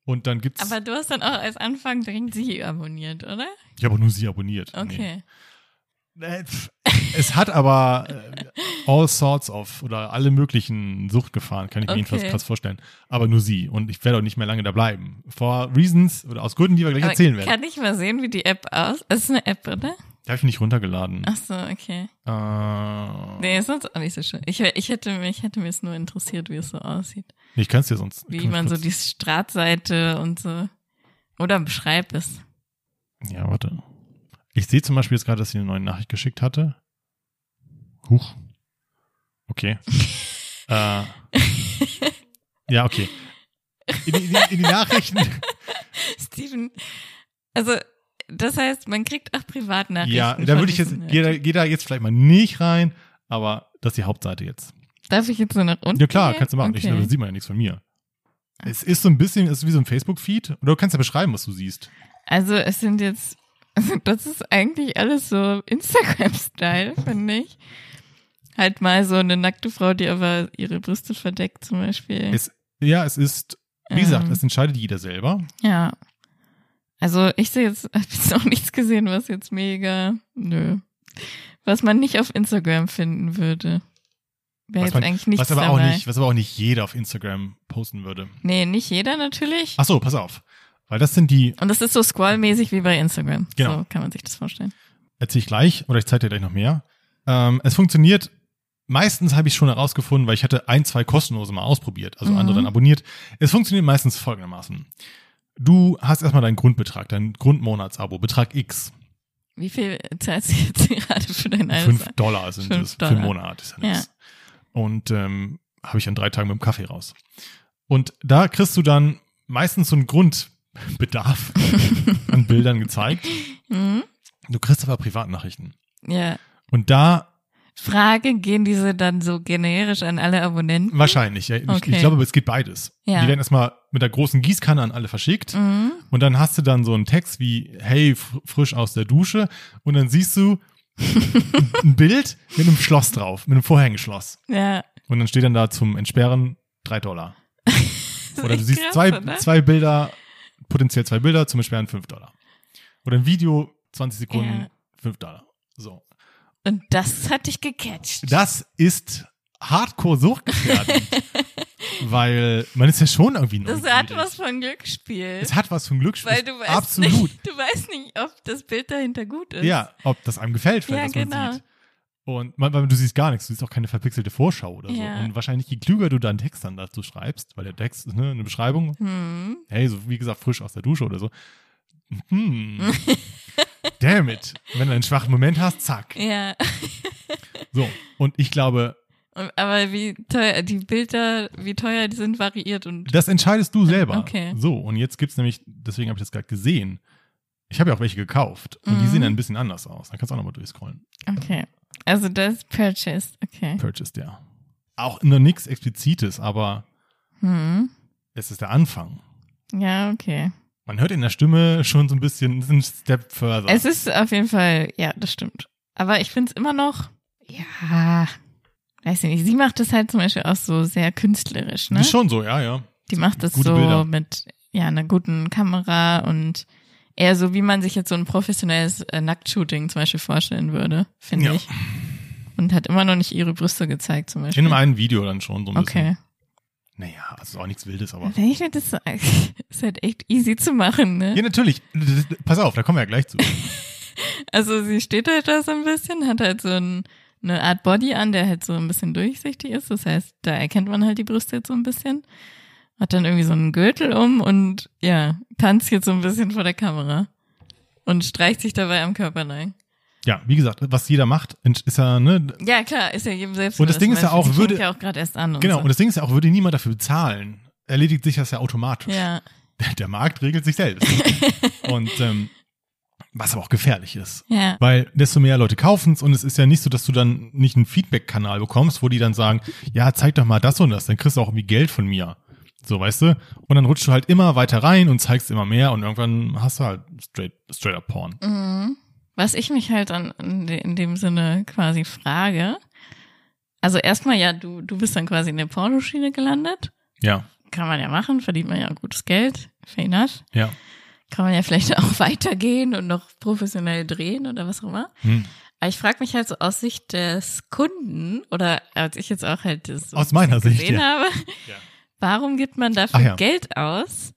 Und dann gibt's, Aber du hast dann auch als Anfang direkt sie abonniert, oder? ich habe auch nur sie abonniert. Nee. Okay. Äh, pf, Es hat aber äh, all sorts of oder alle möglichen Suchtgefahren, kann ich mir Okay. jedenfalls krass vorstellen. Aber nur sie. Und ich werde auch nicht mehr lange da bleiben. For reasons oder aus Gründen, die wir gleich Aber erzählen werden. Kann ich mal sehen, wie die App aus? Es ist eine App, oder? Die habe ich nicht runtergeladen. Ach so, okay. Äh, Ah. Nee, ist sonst auch nicht so schön. Ich, ich hätte mich, hätte mir es nur interessiert, wie es so aussieht. nee, ich kann es dir sonst. Wie kann ich man so kurz- die Startseite und so. Oder beschreib es. Ja, warte. Ich sehe zum Beispiel jetzt gerade, dass sie eine neue Nachricht geschickt hatte. Huch. Okay. äh, ja, okay. In, die- in, die- in die Nachrichten. Steven, also, das heißt, man kriegt auch Privatnachrichten. Ja, da würde ich jetzt, von diesen geh da, Leuten. geh da jetzt vielleicht mal nicht rein, aber das ist die Hauptseite jetzt. Darf ich jetzt so nach unten? Ja klar, gehen? kannst du machen. Ich, Okay. Ah. da sieht man ja nichts von mir. Es ist so ein bisschen, es ist wie so ein Facebook-Feed. Oder du kannst ja beschreiben, was du siehst. Also es sind jetzt, also das ist eigentlich alles so Instagram-Style, finde ich. Halt mal so eine nackte Frau, die aber ihre Brüste verdeckt zum Beispiel. Es, ja, es ist, wie gesagt, Ähm, es entscheidet jeder selber. ja. Also ich sehe jetzt, habe jetzt auch nichts gesehen, was jetzt mega, nö. Was man nicht auf Instagram finden würde. Wäre Was jetzt man- eigentlich nichts was aber auch dabei. nicht, was aber auch nicht jeder auf Instagram posten würde. Nee, nicht jeder natürlich. Ach so, pass auf. Weil das sind die, Und das ist so scrollmäßig wie bei Instagram. Genau. So kann man sich das vorstellen. erzähle ich gleich oder ich zeige dir gleich noch mehr. Ähm, es funktioniert, meistens habe ich schon herausgefunden, weil ich hatte ein, zwei kostenlose mal ausprobiert, also Mhm. andere dann abonniert. Es funktioniert meistens folgendermaßen. Du hast erstmal deinen Grundbetrag, dein Grundmonatsabo, Betrag X. Wie viel zahlst du jetzt gerade für dein Alter? Fünf Dollar sind Fünf es für Dollar. einen Monat. Ist ja nix. Und ähm, habe ich an drei Tagen mit dem Kaffee raus. Und da kriegst du dann meistens so einen Grundbedarf an Bildern gezeigt. Mhm. Du kriegst aber Privatnachrichten. Ja. Und da Frage, gehen diese dann so generisch an alle Abonnenten? Wahrscheinlich, ja. Ich, Okay. ich glaube, aber es geht beides. Ja. Die werden erstmal mit der großen Gießkanne an alle verschickt Mhm. und dann hast du dann so einen Text wie, hey, fr- frisch aus der Dusche und dann siehst du, ein Bild mit einem Schloss drauf, mit einem Vorhängeschloss. Ja. Und dann steht dann da zum Entsperren drei Dollar. Das ist Oder du echt siehst krass, zwei, oder? zwei Bilder, potenziell zwei Bilder, zum Entsperren fünf Dollar. Oder ein Video, 20 Sekunden, Ja. fünf Dollar. So. Und das hat dich gecatcht. Das ist hardcore suchtgefährdend. weil man ist ja schon irgendwie Das hat neugierig. was von Glücksspiel. Es hat was von Glücksspiel. weil du weißt Absolut. nicht, du weißt nicht, ob das Bild dahinter gut ist. Ja, ob das einem gefällt, wenn Ja, das man genau. sieht. Und man, weil du siehst gar nichts, du siehst auch keine verpixelte Vorschau oder so. Ja. Und wahrscheinlich, je klüger du deinen Text dann dazu schreibst, weil der Text ist ne, eine Beschreibung, Hm. hey, so wie gesagt, frisch aus der Dusche oder so. Hm. Damn it. Wenn du einen schwachen Moment hast, zack. Ja. So. Und ich glaube, Und- Aber wie teuer, die Bilder, wie teuer die sind, variiert und das entscheidest du selber. Okay. So, und jetzt gibt's nämlich, deswegen habe ich das gerade gesehen. Ich habe ja auch welche gekauft und die Mhm. sehen ein bisschen anders aus. Da kannst du auch nochmal durchscrollen. Okay. Also das Purchased, okay. Purchased, ja. Auch noch nichts Explizites, aber Hm. es ist der Anfang. Ja, okay. Man hört in der Stimme schon so ein bisschen es ist ein Step further. Es ist auf jeden Fall, ja, das stimmt. Aber ich finde es immer noch, ja, weiß ich nicht. Sie macht das halt zum Beispiel auch so sehr künstlerisch, ne? Ist schon so, ja, ja. Die macht das Gute so Bilder. mit ja, einer guten Kamera und eher so, wie man sich jetzt so ein professionelles äh, Nacktshooting zum Beispiel vorstellen würde, finde Ja. ich. Und hat immer noch nicht ihre Brüste gezeigt, zum In Beispiel. einem einen Video dann schon so ein bisschen. okay. Naja, also auch nichts Wildes, aber. Wenn ich mir das sage, ist halt echt easy zu machen, ne? Ja, natürlich. Pass auf, da kommen wir ja gleich zu. Also sie steht halt da so ein bisschen, hat halt so ein, eine Art Body an, der halt so ein bisschen durchsichtig ist. Das heißt, da erkennt man halt die Brüste jetzt so ein bisschen. Hat dann irgendwie so einen Gürtel um und ja, tanzt jetzt so ein bisschen vor der Kamera. Und streicht sich dabei am Körper lang. Ja, wie gesagt, was jeder macht, ist ja, ne, Ja, klar, ist ja jedem selbst. Und das Ding ist ja auch, sie würde- fängt ja auch gerade erst an. Und Genau, und So. das Ding ist ja auch, würde niemand dafür bezahlen, erledigt sich das ja automatisch. Ja, Der, der Markt regelt sich selbst. und ähm, was aber auch gefährlich ist. ja, Weil desto mehr Leute kaufen es und es ist ja nicht so, dass du dann nicht einen Feedback-Kanal bekommst, wo die dann sagen, ja, zeig doch mal das und das, dann kriegst du auch irgendwie Geld von mir. So, weißt du? Und dann rutschst du halt immer weiter rein und zeigst immer mehr und irgendwann hast du halt straight, straight up Porn. Mhm. Was ich mich halt an, in de- in dem Sinne quasi frage. Also erstmal ja, du, du bist dann quasi in der Pornoschiene gelandet. Ja, kann man ja machen, verdient man ja gutes Geld, fair enough. ja. Kann man ja vielleicht auch weitergehen und noch professionell drehen oder was auch immer. Hm. Aber ich frage mich halt so aus Sicht des Kunden oder als ich jetzt auch halt das so Aus meiner Sicht, gesehen ja. habe, Ja. warum gibt man dafür Ach ja. Geld aus?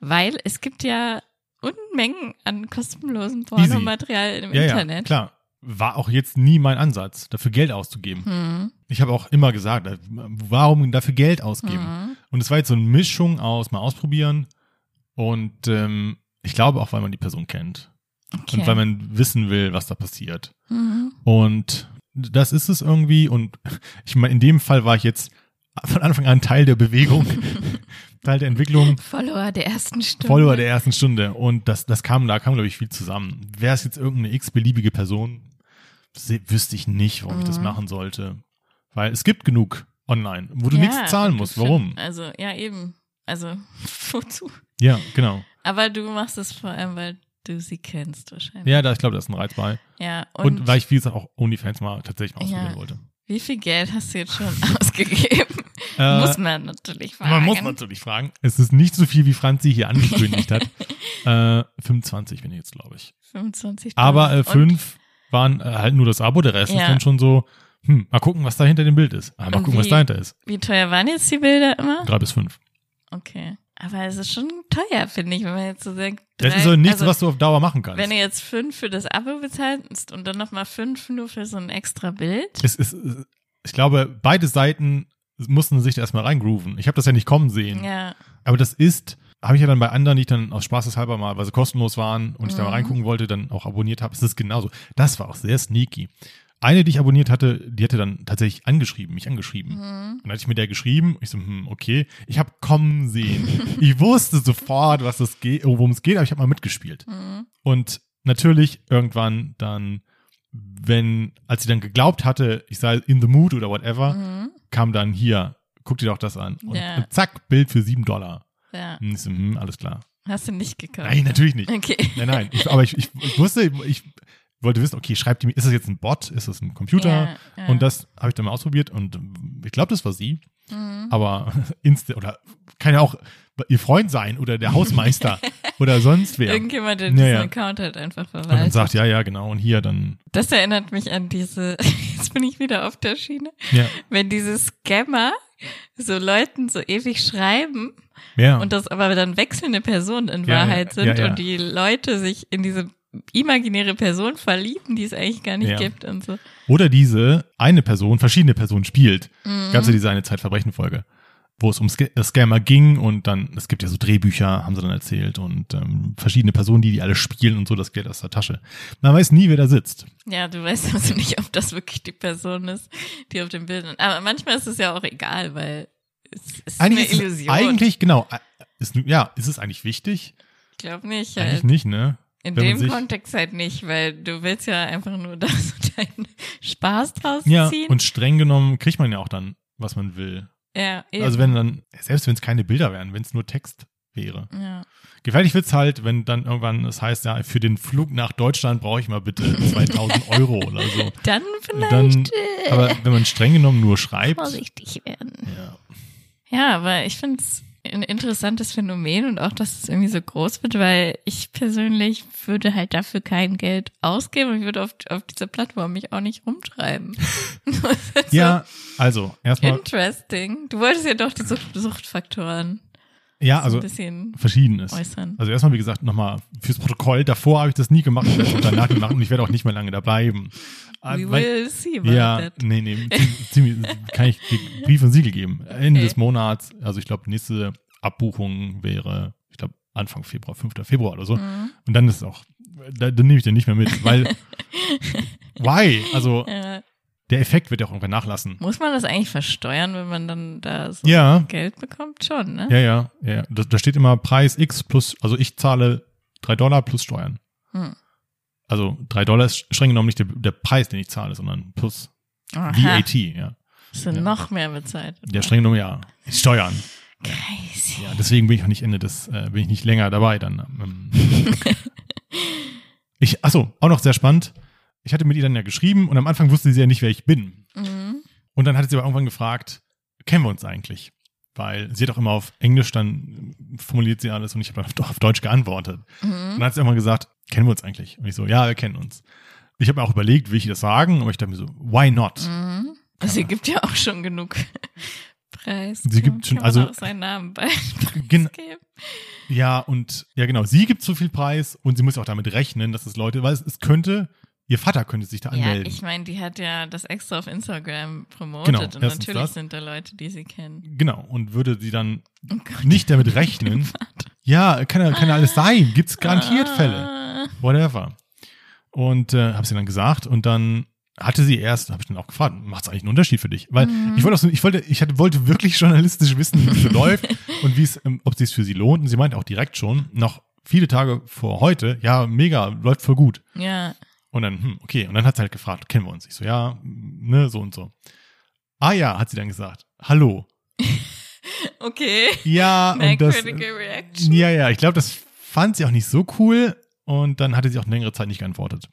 Weil es gibt ja Unmengen an kostenlosem Easy. Pornomaterial im Ja, ja, Internet. klar. War auch jetzt nie mein Ansatz, dafür Geld auszugeben. Hm, Ich habe auch immer gesagt, äh, warum dafür Geld ausgeben? hm, Und es war jetzt so eine Mischung aus mal ausprobieren und ähm, ich glaube auch, weil man die Person kennt okay. und weil man wissen will, was da passiert. Hm, Und das ist es irgendwie und ich meine, in dem Fall war ich jetzt von Anfang an Teil der Bewegung, Teil der Entwicklung. Follower der ersten Stunde. Follower der ersten Stunde und das, das kam, da kam, glaube ich, viel zusammen. Wäre es jetzt irgendeine x-beliebige Person, se- wüsste ich nicht, warum ich das Mhm. machen sollte. Weil es gibt genug online, wo du Ja, nichts zahlen und musst. du find- Warum? Also, ja, eben. Also, wozu? Ja, genau. Aber du machst es vor allem, weil du sie kennst wahrscheinlich. Ja, da, ich glaube, das ist ein Reiz bei. Ja, Und, und, weil ich, wie gesagt, auch OnlyFans mal tatsächlich mal ausprobieren Ja. wollte. wie viel Geld hast du jetzt schon ausgegeben? Äh, muss man natürlich fragen. man muss natürlich fragen. Es ist nicht so viel, wie Franzi hier angekündigt hat. Äh, 25 bin ich jetzt, glaube ich. 25 Aber äh, Und- fünf waren äh, halt nur das Abo, der Rest ist Ja. dann schon so, hm, mal gucken, was da hinter dem Bild ist. Ah, mal Und gucken, was wie- dahinter ist. Wie teuer waren jetzt die Bilder immer? Drei bis fünf. Okay. Aber es ist schon teuer, finde ich, wenn man jetzt so sagt. Das drei- ist so nichts, also, was du auf Dauer machen kannst. Wenn du jetzt fünf für das Abo bezahlst und dann nochmal fünf nur für so ein extra Bild. es ist, es- ich glaube, beide Seiten mussten sich da erstmal reingrooven. Ich habe das ja nicht kommen sehen. Ja. Aber das ist, habe ich ja dann bei anderen, die ich dann aus Spaßeshalber mal, weil sie kostenlos waren und ich da mal Mhm. reingucken wollte, dann auch abonniert habe. Es ist genauso. Das war auch sehr sneaky. Eine, die ich abonniert hatte, die hatte dann tatsächlich angeschrieben, mich angeschrieben. Hm. Und dann hatte ich mit der geschrieben. Ich so, hm, okay. Ich habe kommen sehen. ich wusste sofort, was das geht, worum es geht, aber ich habe mal mitgespielt. Hm. Und natürlich irgendwann dann, wenn, als sie dann geglaubt hatte, ich sei in the mood oder whatever, Hm. kam dann hier, guck dir doch das an. Und, Ja. und zack, Bild für sieben Dollar. Ja. Und ich so, hm, alles klar. Hast du nicht gekauft. Nein, natürlich nicht. Okay. Nein, nein. Ich, aber ich, ich, ich wusste, ich, wollte wissen, okay, schreibt die mir, ist das jetzt ein Bot, ist das ein Computer? Ja, ja. Und das habe ich dann mal ausprobiert und ähm, ich glaube, das war sie. Mhm. Aber Insta oder kann ja auch ihr Freund sein oder der Hausmeister oder sonst wer. Und Irgendjemand, der Ja, diesen ja. Account halt einfach dann verwaltet. sagt, ja, ja, genau, und hier dann, Das erinnert mich an diese, jetzt bin ich wieder auf der Schiene, ja, wenn diese Scammer so Leuten so ewig schreiben ja. und das aber dann wechselnde Personen in Ja, ja, Wahrheit sind ja, ja. und die Leute sich in diese imaginäre Person verlieben, die es eigentlich gar nicht Ja. gibt und so. Oder diese eine Person, verschiedene Personen spielt. Mhm. Gab es ja diese eine Zeitverbrechen-Folge, wo es um Sca- äh, Scammer ging und dann, es gibt ja so Drehbücher, haben sie dann erzählt und ähm, verschiedene Personen, die die alle spielen und so das Geld aus der Tasche. Man weiß nie, wer da sitzt. Ja, du weißt also nicht, ob das wirklich die Person ist, die auf den Bildern. Aber manchmal ist es ja auch egal, weil es ist eine Eigentlich ist es, Illusion. eigentlich, genau, äh, ist, ja, ist es eigentlich wichtig? ich glaube nicht. Eigentlich Halt. nicht, ne? In wenn man dem sich- Kontext halt nicht, weil du willst ja einfach nur da so deinen Spaß draus Ja, ziehen. und streng genommen kriegt man ja auch dann, was man will. ja, eben. Also wenn dann, selbst wenn es keine Bilder wären, wenn es nur Text wäre. ja. Gefährlich wird's halt, wenn dann irgendwann es heißt, ja, für den Flug nach Deutschland brauche ich mal bitte 2000 Euro oder so. Dann Dann, vielleicht äh, aber wenn man streng genommen nur schreibt, vorsichtig werden. ja, Ja, aber ich find's ein interessantes Phänomen und auch, dass es irgendwie so groß wird, weil ich persönlich würde halt dafür kein Geld ausgeben und ich würde auf, auf dieser Plattform mich auch nicht rumschreiben. ja also erstmal, Interesting. Du wolltest ja doch die Sucht, Suchtfaktoren ja, ein also bisschen verschiedenes. äußern. Also erstmal, wie gesagt, nochmal fürs Protokoll, davor habe ich das nie gemacht, ich werde es danach gemacht und ich werde auch nicht mehr lange da bleiben. Äh, We weil- will see about Ja, that. nee, nee, zie- ziemlich, kann ich dir Brief und Siegel geben. Ende Okay. des Monats, also ich glaube, nächste Abbuchung wäre, ich glaube, Anfang Februar, 5. Februar oder so. Mhm. Und dann ist es auch, da, dann nehme ich den nicht mehr mit, weil, why? Also Ja. der Effekt wird ja auch irgendwann nachlassen. Muss man das eigentlich versteuern, wenn man dann da so Ja, Geld bekommt? Schon, ne? ja, ja, ja. ja. Da, da steht immer Preis X plus, also ich zahle 3 Dollar plus Steuern. Hm. Also 3 Dollar ist streng genommen nicht der, der Preis, den ich zahle, sondern plus Aha, VAT, ja. hast du Ja. noch mehr bezahlt. Ja, streng genommen, ja. Steuern. Crazy. Ja, deswegen bin ich auch nicht Ende des, äh, bin ich nicht länger dabei dann. Ähm, ich, achso, auch noch sehr spannend. Ich hatte mit ihr dann ja geschrieben und am Anfang wusste sie ja nicht, wer ich bin. Mhm. Und dann hat sie aber irgendwann gefragt, kennen wir uns eigentlich? Weil sie hat auch immer auf Englisch dann ähm, formuliert sie alles und ich habe dann auf, auf Deutsch geantwortet. Und Mhm. dann hat sie irgendwann gesagt, kennen wir uns eigentlich? Und ich so, ja, wir kennen uns. Ich habe auch überlegt, will ich das sagen, aber ich dachte mir so, why not? Mhm. Sie gibt ja auch schon genug Preis. Sie gibt Kann schon- man also- auch seinen Namen bei Gen geben. Ja, und ja, genau. Sie gibt so viel Preis und sie muss auch damit rechnen, dass es Leute, weil es, es könnte, ihr Vater könnte sich da Ja, anmelden. ich meine, die hat ja das extra auf Instagram promotet Genau, und erstens natürlich das. sind da Leute, die sie kennen. genau. Und würde sie dann Oh Gott. nicht damit rechnen. ja, kann ja kann ja alles sein. Gibt's garantiert Fälle. Ah. Whatever. Und äh, hab's ihr dann gesagt und dann hatte sie erst, habe ich dann auch gefragt, macht's eigentlich einen Unterschied für dich? Weil Mhm. ich wollte auch so, ich wollte, ich hatte, wollte wirklich journalistisch wissen, wie es so läuft und wie es, ähm, ob sich's für sie lohnt. Und sie meinte auch direkt schon, noch viele Tage vor heute, ja, mega, läuft voll gut. Ja, Und dann, hm, okay. Und dann hat sie halt gefragt, kennen wir uns? Ich so, ja, ne, so und so. Ah ja, hat sie dann gesagt. Hallo. okay. Ja, Ah, und das. äh, Merkwürdige Reaction. Ja, ja, ich glaube, das fand sie auch nicht so cool. Und dann hatte sie auch längere Zeit nicht geantwortet.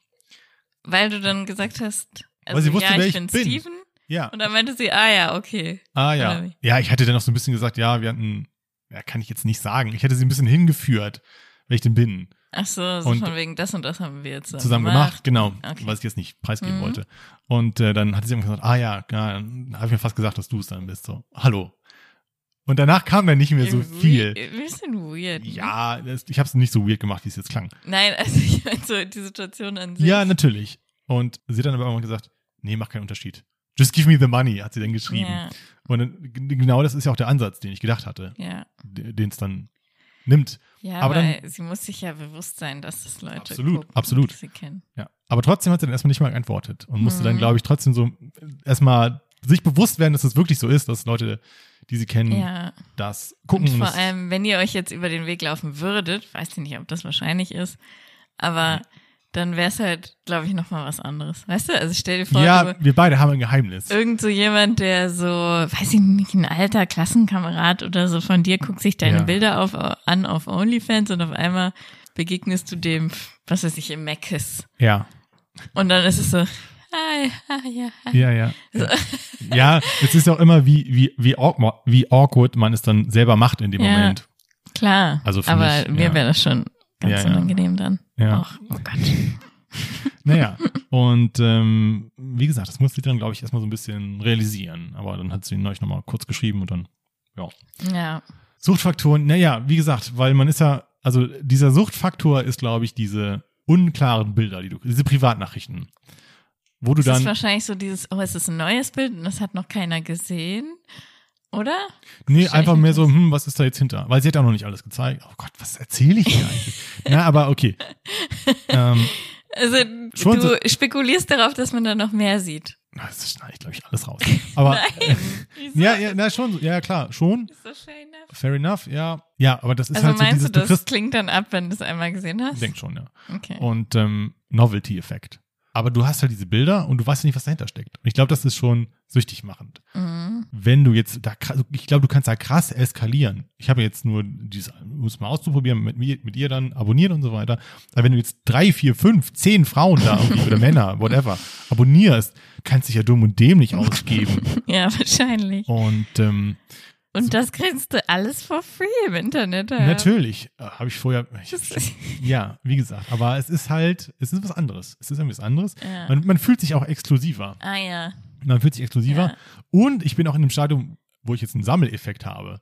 Weil du dann gesagt hast, Weil also sie wusste, ja, wer ich ich bin bin. Steven. Ja. Und dann meinte sie, ah ja, okay. Ah Oder ja. wie? Ja, ich hatte dann noch so ein bisschen gesagt, ja, wir hatten, ja, kann ich jetzt nicht sagen. Ich hätte sie ein bisschen hingeführt, wer ich denn bin. Ach so, so Und- von wegen das und das haben wir jetzt zusammen gemacht, genau, Okay. was ich jetzt nicht preisgeben Mhm. wollte. Und äh, dann hat sie irgendwann gesagt, ah ja, ja dann habe ich mir fast gesagt, dass du es dann bist. So, hallo. Und danach kam dann nicht mehr so Irgendwie viel. Ein bisschen weird. ne? Ja, das, ich habe es nicht so weird gemacht, wie es jetzt klang. Nein, also ich meine so die Situation an sich. Ja, natürlich. Und sie hat dann aber irgendwann gesagt, nee, macht keinen Unterschied. Just give me the money, hat sie dann geschrieben. Ja, Und dann, g- genau das ist ja auch der Ansatz, den ich gedacht hatte, ja. d- den es dann nimmt. ja Aber aber dann- sie muss sich ja bewusst sein, dass das Leute Absolut, gucken, absolut. die sie kennen. Ja. Aber trotzdem hat sie dann erstmal nicht mal geantwortet und musste Mhm. dann, glaube ich, trotzdem so äh, erstmal sich bewusst werden, dass es wirklich so ist, dass Leute, die sie kennen, Ja, das Mhm. gucken. und vor das- allem, wenn ihr euch jetzt über den Weg laufen würdet, weiß ich nicht, ob das wahrscheinlich ist, aber dann wäre es halt, glaube ich, nochmal was anderes. Weißt du, also stell dir vor, ja, du, wir beide haben ein Geheimnis. irgend so jemand, der so, weiß ich nicht, ein alter Klassenkamerad oder so von dir, guckt sich deine Ja. Bilder auf, an auf Onlyfans und auf einmal begegnest du dem, was weiß ich, im Meckes. Ja. Und dann ist es so, ah, ah, ja, ah. Ja, ja. ja, es ist auch immer, wie, wie, wie, awk- wie awkward man es dann selber macht in dem Ja. Moment. klar. Also für Aber mich, mir ja. wäre das schon ganz Ja, ja. unangenehm dann. Ja. Auch. Oh Gott. Naja, und ähm, wie gesagt, das musste ich dann, glaube ich, erstmal so ein bisschen realisieren. Aber dann hat sie ihn neulich nochmal kurz geschrieben und dann, ja. Ja. Suchtfaktoren, naja, wie gesagt, weil man ist ja, also dieser Suchtfaktor ist, glaube ich, diese unklaren Bilder, die du, diese Privatnachrichten, wo du Das ist dann, wahrscheinlich so dieses, oh, es ist ein neues Bild und das hat noch keiner gesehen. Oder? nee, wahrscheinlich einfach mehr so, das. hm, was ist da jetzt hinter? Weil sie hat auch noch nicht alles gezeigt. Oh Gott, was erzähle ich hier eigentlich? Na, aber okay. ähm, Also Schon du so- spekulierst darauf, dass man da noch mehr sieht. das schneide ich, glaube ich, alles raus. Aber, Wieso? Ah. ja, ja, na, schon, so. ja, klar, schon. Ist das fair enough? Fair enough, ja. Ja, aber das ist Also halt so meinst dieses, du, das kriegst, klingt dann ab, wenn du es einmal gesehen hast? denk schon, ja. Okay. und ähm, Novelty-Effekt. Aber du hast halt diese Bilder und du weißt ja nicht, was dahinter steckt. Und ich glaube, das ist schon süchtig machend. Mhm. Wenn du jetzt da, kra- also, ich glaube, du kannst da krass eskalieren. Ich habe jetzt nur dieses, um es mal auszuprobieren, mit, mir, mit ihr dann abonniert und so weiter. Aber wenn du jetzt drei, vier, fünf, zehn Frauen da irgendwie, oder Männer, whatever, abonnierst, kannst dich ja dumm und dämlich ausgeben. Ja, wahrscheinlich. Und ähm, Und das kriegst du alles for free im Internet. ja. natürlich äh, habe ich vorher, ich hab Das- schon, ja, wie gesagt, aber es ist halt, es ist was anderes. Es ist irgendwie was anderes. Ja. Man, man fühlt sich auch exklusiver. Ah ja. Man fühlt sich exklusiver. Ja. Und ich bin auch in einem Stadium, wo ich jetzt einen Sammeleffekt habe.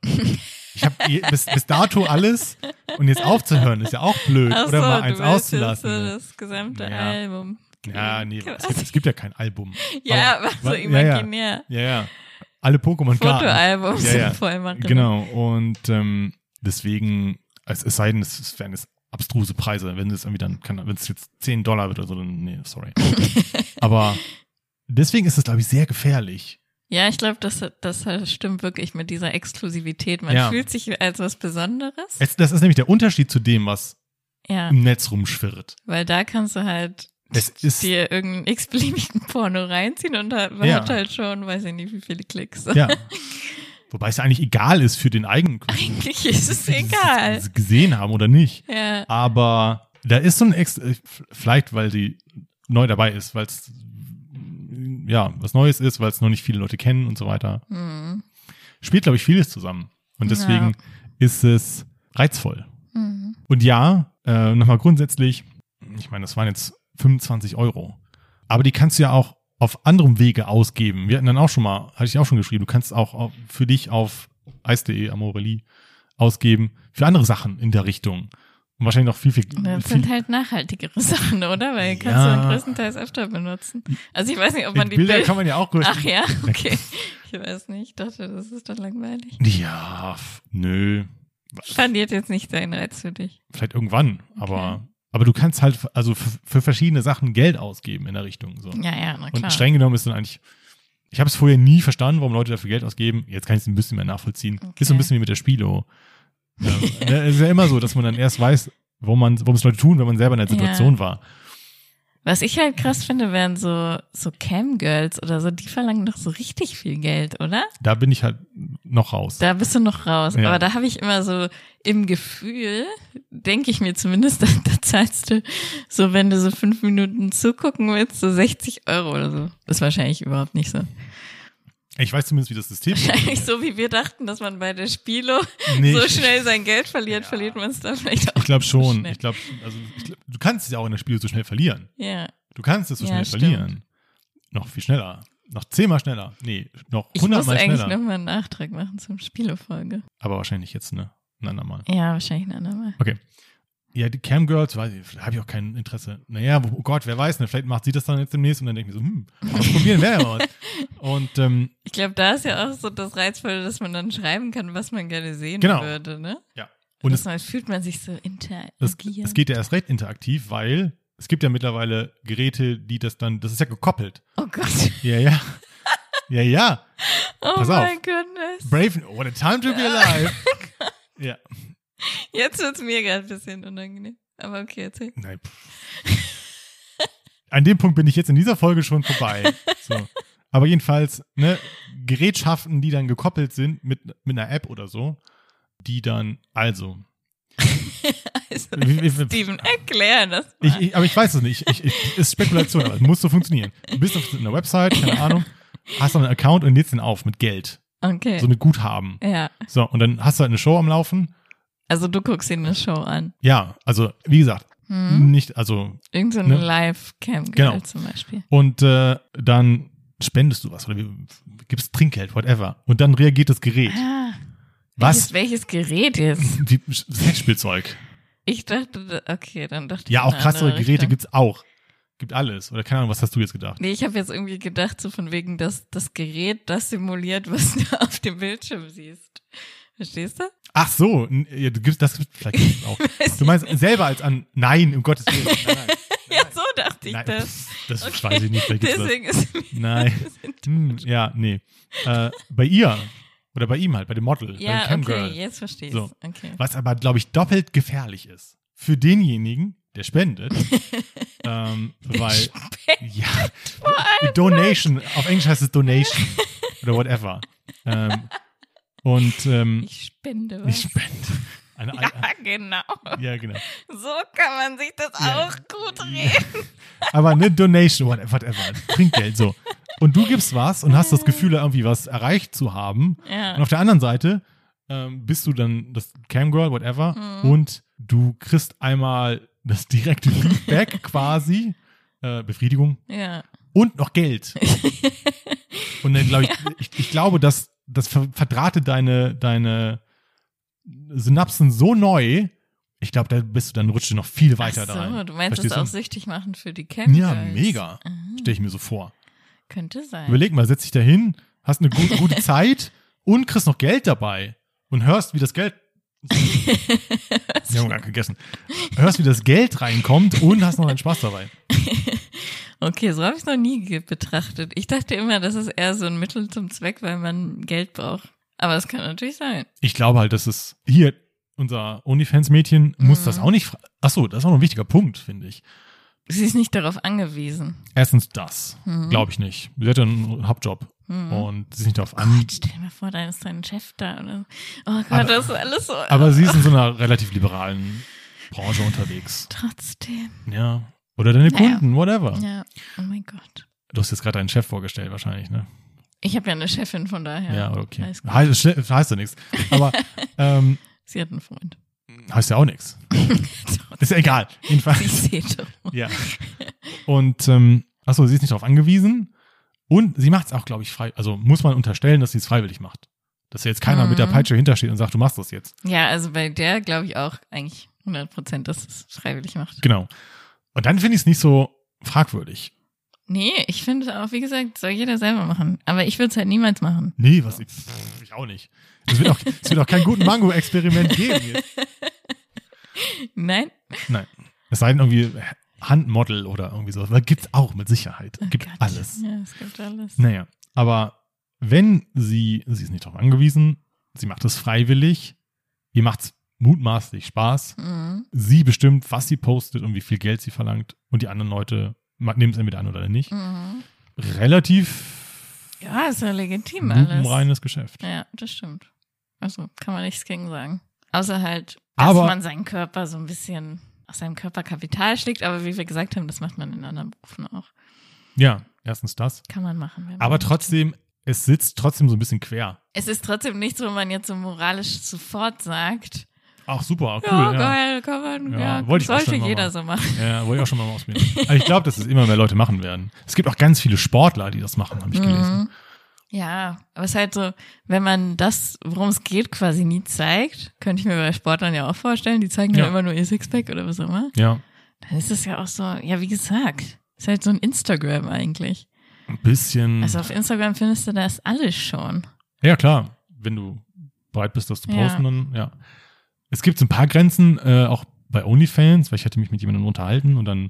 Ich habe je- bis, bis dato alles und jetzt aufzuhören ist ja auch blöd Ach oder so, mal du eins willst jetzt äh, auszulassen. So das gesamte Ja. Album. ja, nee, es gibt, Was? es gibt ja kein Album. Ja, Aber- aber so wa- ja, ja, imaginär. ja, ja. Alle Pokémon Karten. Fotoalbum Ja, ja. sind voll machen. Genau. Und ähm, deswegen, es, es sei denn, es, es wären es abstruse Preise, wenn es irgendwie dann, kann- wenn es jetzt 10 Dollar wird oder so, dann nee, sorry. Aber deswegen ist es, glaube ich, sehr gefährlich. Ja, ich glaube, das, das stimmt wirklich mit dieser Exklusivität. Man Ja. fühlt sich als was Besonderes. Es, das ist nämlich der Unterschied zu dem, was ja, im Netz rumschwirrt. weil da kannst du halt Es ist, dir irgendeinen x-beliebigen Porno reinziehen und da man Ja. hat halt schon, weiß ich nicht, wie viele Klicks. ja. Wobei es ja eigentlich egal ist für den eigenen Kunden, Eigentlich ist es ob sie egal. es gesehen haben oder nicht. Ja, Aber da ist so ein Ex, äh, vielleicht weil sie neu dabei ist, weil es ja was Neues ist, weil es noch nicht viele Leute kennen und so weiter. hm. Spielt, glaube ich, vieles zusammen. Und deswegen ist es reizvoll. Hm. Und ja, äh, nochmal grundsätzlich, ich meine, das waren jetzt 25 Euro. Aber die kannst du ja auch auf anderem Wege ausgeben. Wir hatten dann auch schon mal, hatte ich auch schon geschrieben, du kannst auch auf, für dich auf eis.de, Amorelie ausgeben, für andere Sachen in der Richtung. Und wahrscheinlich noch viel, viel, Und das viel sind halt nachhaltigere Sachen, oder? Weil kannst Ja. du dann größtenteils öfter benutzen. Also ich weiß nicht, ob die man die Bilder Bilder... kann man ja auch gut. Ach ja, okay. Ich weiß nicht, ich dachte, das ist doch langweilig. Ja, f- nö. Verliert jetzt nicht seinen Reiz für dich. Vielleicht irgendwann, aber, aber du kannst halt, f- also f- für verschiedene Sachen Geld ausgeben in der Richtung, so. Ja, ja, na klar. Und streng genommen ist dann eigentlich, ich habe es vorher nie verstanden, warum Leute dafür Geld ausgeben. Jetzt kann ich es ein bisschen mehr nachvollziehen. Okay. Ist so ein bisschen wie mit der Spilo. Ähm, ne, es ist ja immer so, dass man dann erst weiß, warum man, warum es Leute tun, wenn man selber in der Ja. Situation war. Was ich halt krass finde, wären so, so Cam-Girls oder so, die verlangen doch so richtig viel Geld, oder? Da bin ich halt noch raus. Da bist du noch raus. Ja. Aber da habe ich immer so im Gefühl, denke ich mir zumindest, da, da zahlst du so, wenn du so fünf Minuten zugucken willst, so 60 Euro oder so. Ist wahrscheinlich überhaupt nicht so. ich weiß zumindest, wie das System Wahrscheinlich so, wie wir dachten, dass man bei der Spielo Nee, so ich- schnell sein Geld verliert, Ja. verliert man es da vielleicht auch. Ich glaube so schon. schnell. ich glaube, also, ich glaub, du kannst es ja auch in der Spilo so schnell verlieren. Ja. Du kannst es so Ja, schnell stimmt. verlieren. Noch viel schneller. Noch zehnmal schneller. Nee, noch Ich muss hundertmal eigentlich schneller. nochmal einen Nachtrag machen zum Spielo-Folge. Aber wahrscheinlich jetzt, ne? Ein andermal. Ja, wahrscheinlich ein andermal. Ja, die Camgirls, weiß ich, habe ich auch kein Interesse. Naja, wo- oh Gott, wer weiß, ne? vielleicht macht sie das dann jetzt demnächst und dann denke ich mir so, hm, was probieren wäre ja mal was. Und ähm, Ich glaube, da ist ja auch so das Reizvolle, dass man dann schreiben kann, was man gerne sehen Genau. würde, ne? Ja. Und Und es- das fühlt man sich so inter. das, es geht ja erst recht interaktiv, weil es gibt ja mittlerweile Geräte, die das dann, das ist ja gekoppelt. Oh Gott. Ja, ja. Ja, ja. Oh Pass auf. mein goodness. Brave, what a time to be alive. Oh Ja. Jetzt wird's mir gerade ein bisschen unangenehm. Aber okay, erzähl. Nein. pff. An dem Punkt bin ich jetzt in dieser Folge schon vorbei. So. Aber jedenfalls, ne, Gerätschaften, die dann gekoppelt sind mit, mit einer App oder so, die dann, also, Also, Wie- wie- wie- Steven, erklär das mal. Ich, ich, aber ich weiß es nicht. Ich, ich, ist Spekulation, aber es muss so funktionieren. Du bist auf einer Website, keine Ahnung, hast dann einen Account und lädst den auf mit Geld. okay. So mit Guthaben. ja, So, und dann hast du halt eine Show am Laufen. also du guckst dir eine Show an. Ja, also wie gesagt, Hm? nicht, also, Irgend so eine Ne? Live-Cam Genau. zum Beispiel. und äh, dann spendest du was oder wie- gibst Trinkgeld, whatever. Und dann reagiert das Gerät. Ah, Was? Welches, welches Gerät jetzt? Wie Sexspielzeug. Ich dachte, da- okay, dann dachte Ja, ich. in auch eine krassere andere Geräte Richtung. gibt's auch. Gibt alles. Oder keine Ahnung, was hast du jetzt gedacht? Nee, ich habe jetzt irgendwie gedacht, so von wegen, dass das Gerät das simuliert, was du auf dem Bildschirm siehst. Verstehst du? Ach so, n- ja, du gibst das vielleicht gibt's das auch. Weiß Du meinst selber als an. Nein, um Gottes Willen. Nein, nein. Ja, so dachte ich Nein, das. pff, das Okay, weiß ich nicht. Vielleicht gibt's das. Deswegen ist mir Nein. Hm, ja, nee. Äh, bei ihr. Oder bei ihm halt, bei dem Model. bei Ja, dem okay, Camgirl. jetzt verstehe ich. So. Okay. Was aber, glaube ich, doppelt gefährlich ist. Für denjenigen, der spendet. ähm, weil. Ja. Donation. Auf Englisch heißt es Donation. oder whatever. Ähm, und ähm, Ich spende ich was. spende. Eine, ja, genau. ja, genau. So kann man sich das Ja. auch gut reden. Aber eine Donation, whatever, whatever. Trinkgeld, so. Und du gibst was und hast das Gefühl, irgendwie was erreicht zu haben. Und Ja. auf der anderen Seite ähm, bist du dann das Camgirl, whatever, Mhm. und du kriegst einmal das direkte Feedback quasi, äh, Befriedigung Ja. und noch Geld. und dann glaube ich, ich, ich glaube, dass das ver- verdrahte deine, deine Synapsen so neu. Ich glaube, da bist du dann rutscht du noch viel weiter Ach so, da rein. du meinst es Verstehst du? auch süchtig machen für die Camgirls. Ja, mega. Ah, Stelle ich mir so vor. könnte sein. Überleg mal, setz dich da hin, hast eine gu gute Zeit und kriegst noch Geld dabei und hörst, wie das Geld. Wir haben gar nicht gegessen. Hörst, wie das Geld reinkommt und hast noch deinen Spaß dabei. Okay, so habe ich es noch nie ge- betrachtet. Ich dachte immer, das ist eher so ein Mittel zum Zweck, weil man Geld braucht. Aber das kann natürlich sein. Ich glaube halt, dass es hier unser OnlyFans-Mädchen muss Mhm. das auch nicht. fra- Ach so, das ist auch noch ein wichtiger Punkt, finde ich. Sie ist nicht darauf angewiesen. Erstens das, Mhm. glaube ich nicht. Sie hat ja einen Hauptjob Mhm. und sie ist nicht darauf Oh, an. Gott, stell dir mal vor, da ist dein Chef da. Oder so. Oh Gott, Aber- das ist alles so. Aber sie ist in so einer relativ liberalen Branche unterwegs. Trotzdem. Ja. Oder deine Naja. Kunden, whatever. Ja, oh mein Gott. Du hast jetzt gerade deinen Chef vorgestellt, wahrscheinlich, ne? Ich Ich habe ja eine Chefin, von daher. Ja, okay. Alles gut. Heißt, das heißt ja nichts. Aber ähm, Sie hat einen Freund. heißt ja auch nichts. Ist ja egal. ich Jedenfalls. sehe schon. ja. Und ähm, achso, sie ist nicht darauf angewiesen. Und sie macht es auch, glaube ich, frei. Also muss man unterstellen, dass sie es freiwillig macht. Dass ja jetzt keiner Mhm. mit der Peitsche hintersteht und sagt, du machst das jetzt. Ja, also bei der glaube ich auch eigentlich 100 Prozent, dass es freiwillig macht. Genau. Und dann finde ich es nicht so fragwürdig. Nee, ich finde auch, wie gesagt, soll jeder selber machen. Aber ich würde es halt niemals machen. Nee, was ich, pff, ich auch nicht. Es wird auch, es wird auch kein guten Mango-Experiment geben. Jetzt. Nein? Nein. Es sei denn irgendwie Handmodel oder irgendwie sowas. Weil gibt's auch mit Sicherheit. Oh Gibt Gott. alles. Ne. Ja, es gibt alles. Naja, aber wenn sie, sie ist nicht darauf angewiesen, sie macht es freiwillig, ihr macht es mutmaßlich Spaß, Mhm. sie bestimmt, was sie postet und wie viel Geld sie verlangt und die anderen Leute ma- nehmen es entweder an oder nicht. Mhm. Relativ Ja, ist ja legitim alles. lupenreines Geschäft. Ja, das stimmt. Also kann man nichts gegen sagen. Außer halt, dass Aber- man seinen Körper so ein bisschen aus seinem Körper Kapital schlägt, aber wie wir gesagt haben, das macht man in anderen Berufen auch. Ja, erstens das. Kann man machen. wenn Aber man trotzdem, es sitzt trotzdem so ein bisschen quer. Es ist trotzdem nichts, wo man jetzt so moralisch sofort sagt, Ach super, ah, cool. ja, Ja, geil, kann man, Ja, ja, wollte ich auch sollte schon immer jeder mal. so machen. ja wollte ich auch schon mal ausprobieren. Aber ich glaube, dass es immer mehr Leute machen werden. Es gibt auch ganz viele Sportler, die das machen, habe ich gelesen. Mhm. Ja, aber es ist halt so, wenn man das, worum es geht, quasi nie zeigt, könnte ich mir bei Sportlern ja auch vorstellen, die zeigen ja, Ja. immer nur ihr Sixpack oder was auch immer, Ja, dann ist es ja auch so, ja, wie gesagt, ist halt so ein Instagram eigentlich. ein bisschen. Also auf Instagram findest du das alles schon. Ja, klar. Wenn du bereit bist, das zu Ja. posten, dann ja. Es gibt so ein paar Grenzen, äh, auch bei OnlyFans, weil ich hatte mich mit jemandem unterhalten und dann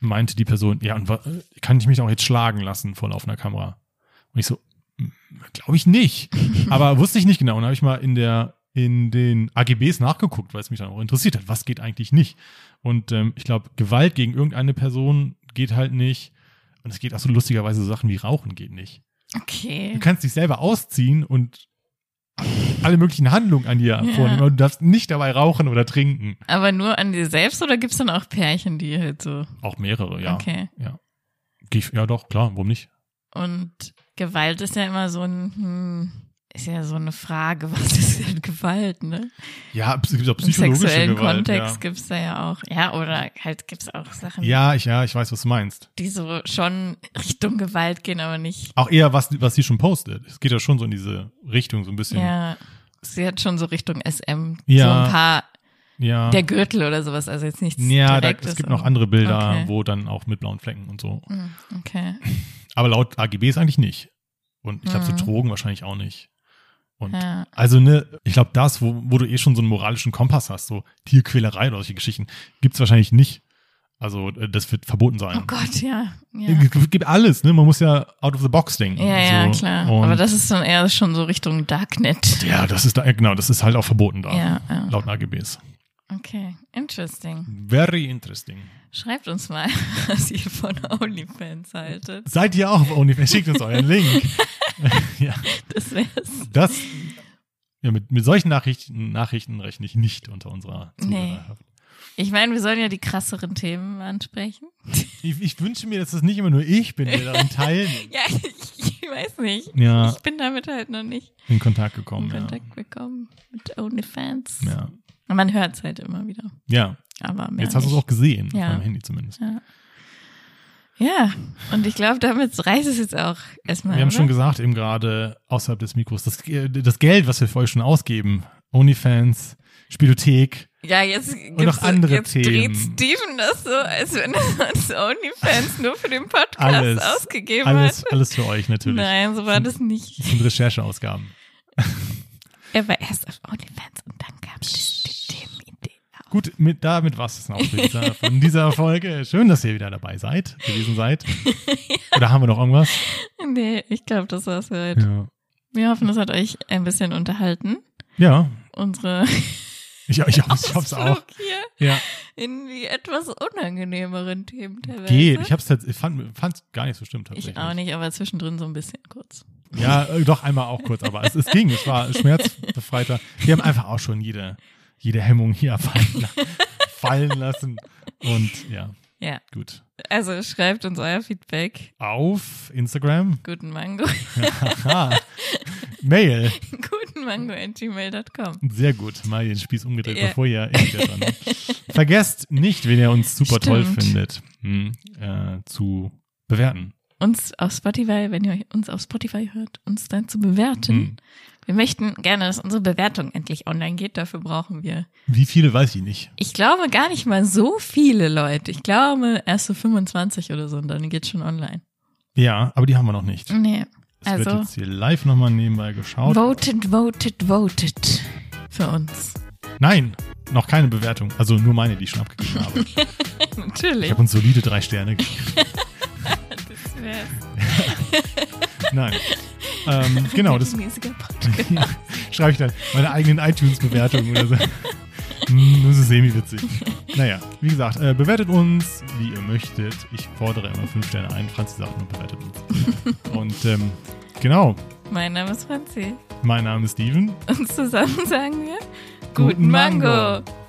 meinte die Person, ja, und wa- äh, kann ich mich auch jetzt schlagen lassen vor laufender Kamera? Und ich so, glaube ich nicht. Aber wusste ich nicht genau. Und habe ich mal in der in den AGBs nachgeguckt, weil es mich dann auch interessiert hat, was geht eigentlich nicht. Und ähm, ich glaube, Gewalt gegen irgendeine Person geht halt nicht. Und es geht auch so lustigerweise so Sachen wie Rauchen geht nicht. Okay. Du kannst dich selber ausziehen und alle möglichen Handlungen an dir Ja. vornehmen. Aber du darfst nicht dabei rauchen oder trinken. Aber nur an dir selbst oder gibt's dann auch Pärchen, die halt so. Auch mehrere, ja. Okay. Geh ich- Ja, doch, klar, warum nicht? Und Gewalt ist ja immer so ein, hm, ist ja so eine Frage, was ist denn Gewalt, ne? Ja, es gibt auch Im psychologische sexuellen Gewalt. Kontext ja. gibt's da ja auch. Ja, oder halt gibt's auch Sachen, Ja, ich, ja, ich weiß, was du meinst. die so schon Richtung Gewalt gehen, aber nicht. Auch eher, was, was sie schon postet. Es geht ja schon so in diese Richtung so ein bisschen. Ja, sie hat schon so Richtung SM. So Ja. ein paar, ja. der Gürtel oder sowas, also jetzt nichts ja da, Direktes. es gibt aber- noch andere Bilder, Okay. wo dann auch mit blauen Flecken und so. Hm, Okay. Aber laut AGB ist eigentlich nicht. Und ich glaube, Mhm. so Drogen wahrscheinlich auch nicht. Und Ja. Also, ne, ich glaube, das, wo, wo du eh schon so einen moralischen Kompass hast, so Tierquälerei oder solche Geschichten, gibt's wahrscheinlich nicht. Also, äh, das wird verboten sein. Oh Gott, ja. ja. Es gibt- gibt alles, ne? Man muss ja out of the box denken. Ja, ja, so. klar. Und Aber das ist dann eher schon so Richtung Darknet. ja, das ist da, äh, genau, das ist halt auch verboten da. Ja, ja. Laut AGBs. Okay, interesting. Very interesting. Schreibt uns mal, was ihr von OnlyFans haltet. Seid ihr auch auf OnlyFans? Schickt uns euren Link. ja, Das wär's. das. Ja, mit, mit solchen Nachrichten, Nachrichten rechne ich nicht unter unserer Nee. Zuhörerschaft. Ich meine, wir sollen ja die krasseren Themen ansprechen. Ich, ich wünsche mir, dass das nicht immer nur ich bin, der daran teilnimmt. Ja, ich, ich weiß nicht. Ja. Ich bin damit halt noch nicht in Kontakt in gekommen. Kontakt gekommen mit OnlyFans. Ja. Ja. Und Man hört's halt immer wieder. ja. Aber mehr Jetzt hast du es nicht. auch gesehen, Ja. auf meinem Handy zumindest. Ja, und ich glaube, damit reicht es jetzt auch erstmal. Wir haben oder? schon gesagt, eben gerade außerhalb des Mikros, das, äh, das Geld, was wir für euch schon ausgeben, Onlyfans, Spielothek, Ja, jetzt gibt's, noch andere jetzt Themen. dreht Steven das so, als wenn er uns OnlyFans nur für den Podcast Alles, ausgegeben alles, hat. alles für euch natürlich. Nein, so war das nicht. Das sind Rechercheausgaben. Er war erst auf OnlyFans und dann kam die, die Themenidee. auf. Gut, mit, damit war es dann auch mit dieser, von dieser Folge. Schön, dass ihr wieder dabei seid, gewesen seid. Oder haben wir noch irgendwas? Nee, ich glaube, das war's für heute. Ja. Wir hoffen, das hat euch ein bisschen unterhalten. Ja, Unsere ich, ich, hoffe- ich hab's auch. Ausflug hier Ja, in die etwas unangenehmeren Themen teilweise. geht. Ich hab's jetzt, ich fand, fand's gar nicht so schlimm tatsächlich. Ich auch nicht, aber zwischendrin so ein bisschen kurz. Ja, äh, doch einmal auch kurz, aber es, es ging, es war schmerzbefreiter. Wir haben einfach auch schon jede, jede Hemmung hier fallen, la- fallen lassen. Und ja, Ja, gut. also schreibt uns euer Feedback. Auf Instagram, Guten Mango. haha, Mail, Guten Mango at gmail.com. sehr gut, mal den Spieß umgedreht, Ja. bevor ihr irgendwie dran. Vergesst nicht, wenn ihr uns super toll Stimmt. findet, hm, äh, zu bewerten. Uns auf Spotify, wenn ihr uns auf Spotify hört, uns dann zu bewerten. Hm. Wir möchten gerne, dass unsere Bewertung endlich online geht. Dafür brauchen wir. Wie viele weiß ich nicht. Ich glaube gar nicht mal so viele Leute. Ich glaube erst so 25 oder so und dann geht's schon online. Ja, aber die haben wir noch nicht. Nee. Es wird Also jetzt hier live nochmal nebenbei geschaut. voted, voted, voted für uns. Nein, noch keine Bewertung. Also nur meine, die ich schon abgegeben habe. Ich Natürlich. habe uns solide drei Sterne gegeben. Das wär's. Nein. Ähm, genau, das Regelmäßiger Podcast. ja, schreibe ich dann. Meine eigenen iTunes-Bewertungen oder so. Hm, Das ist semi-witzig. Naja, wie gesagt, äh, bewertet uns, wie ihr möchtet. Ich fordere immer fünf Sterne ein. Franzi sagt nur, bewertet uns. Und ähm, genau, Mein Name ist Franzi. mein Name ist Steven. Und zusammen sagen wir Guten Guten Mango. Mango.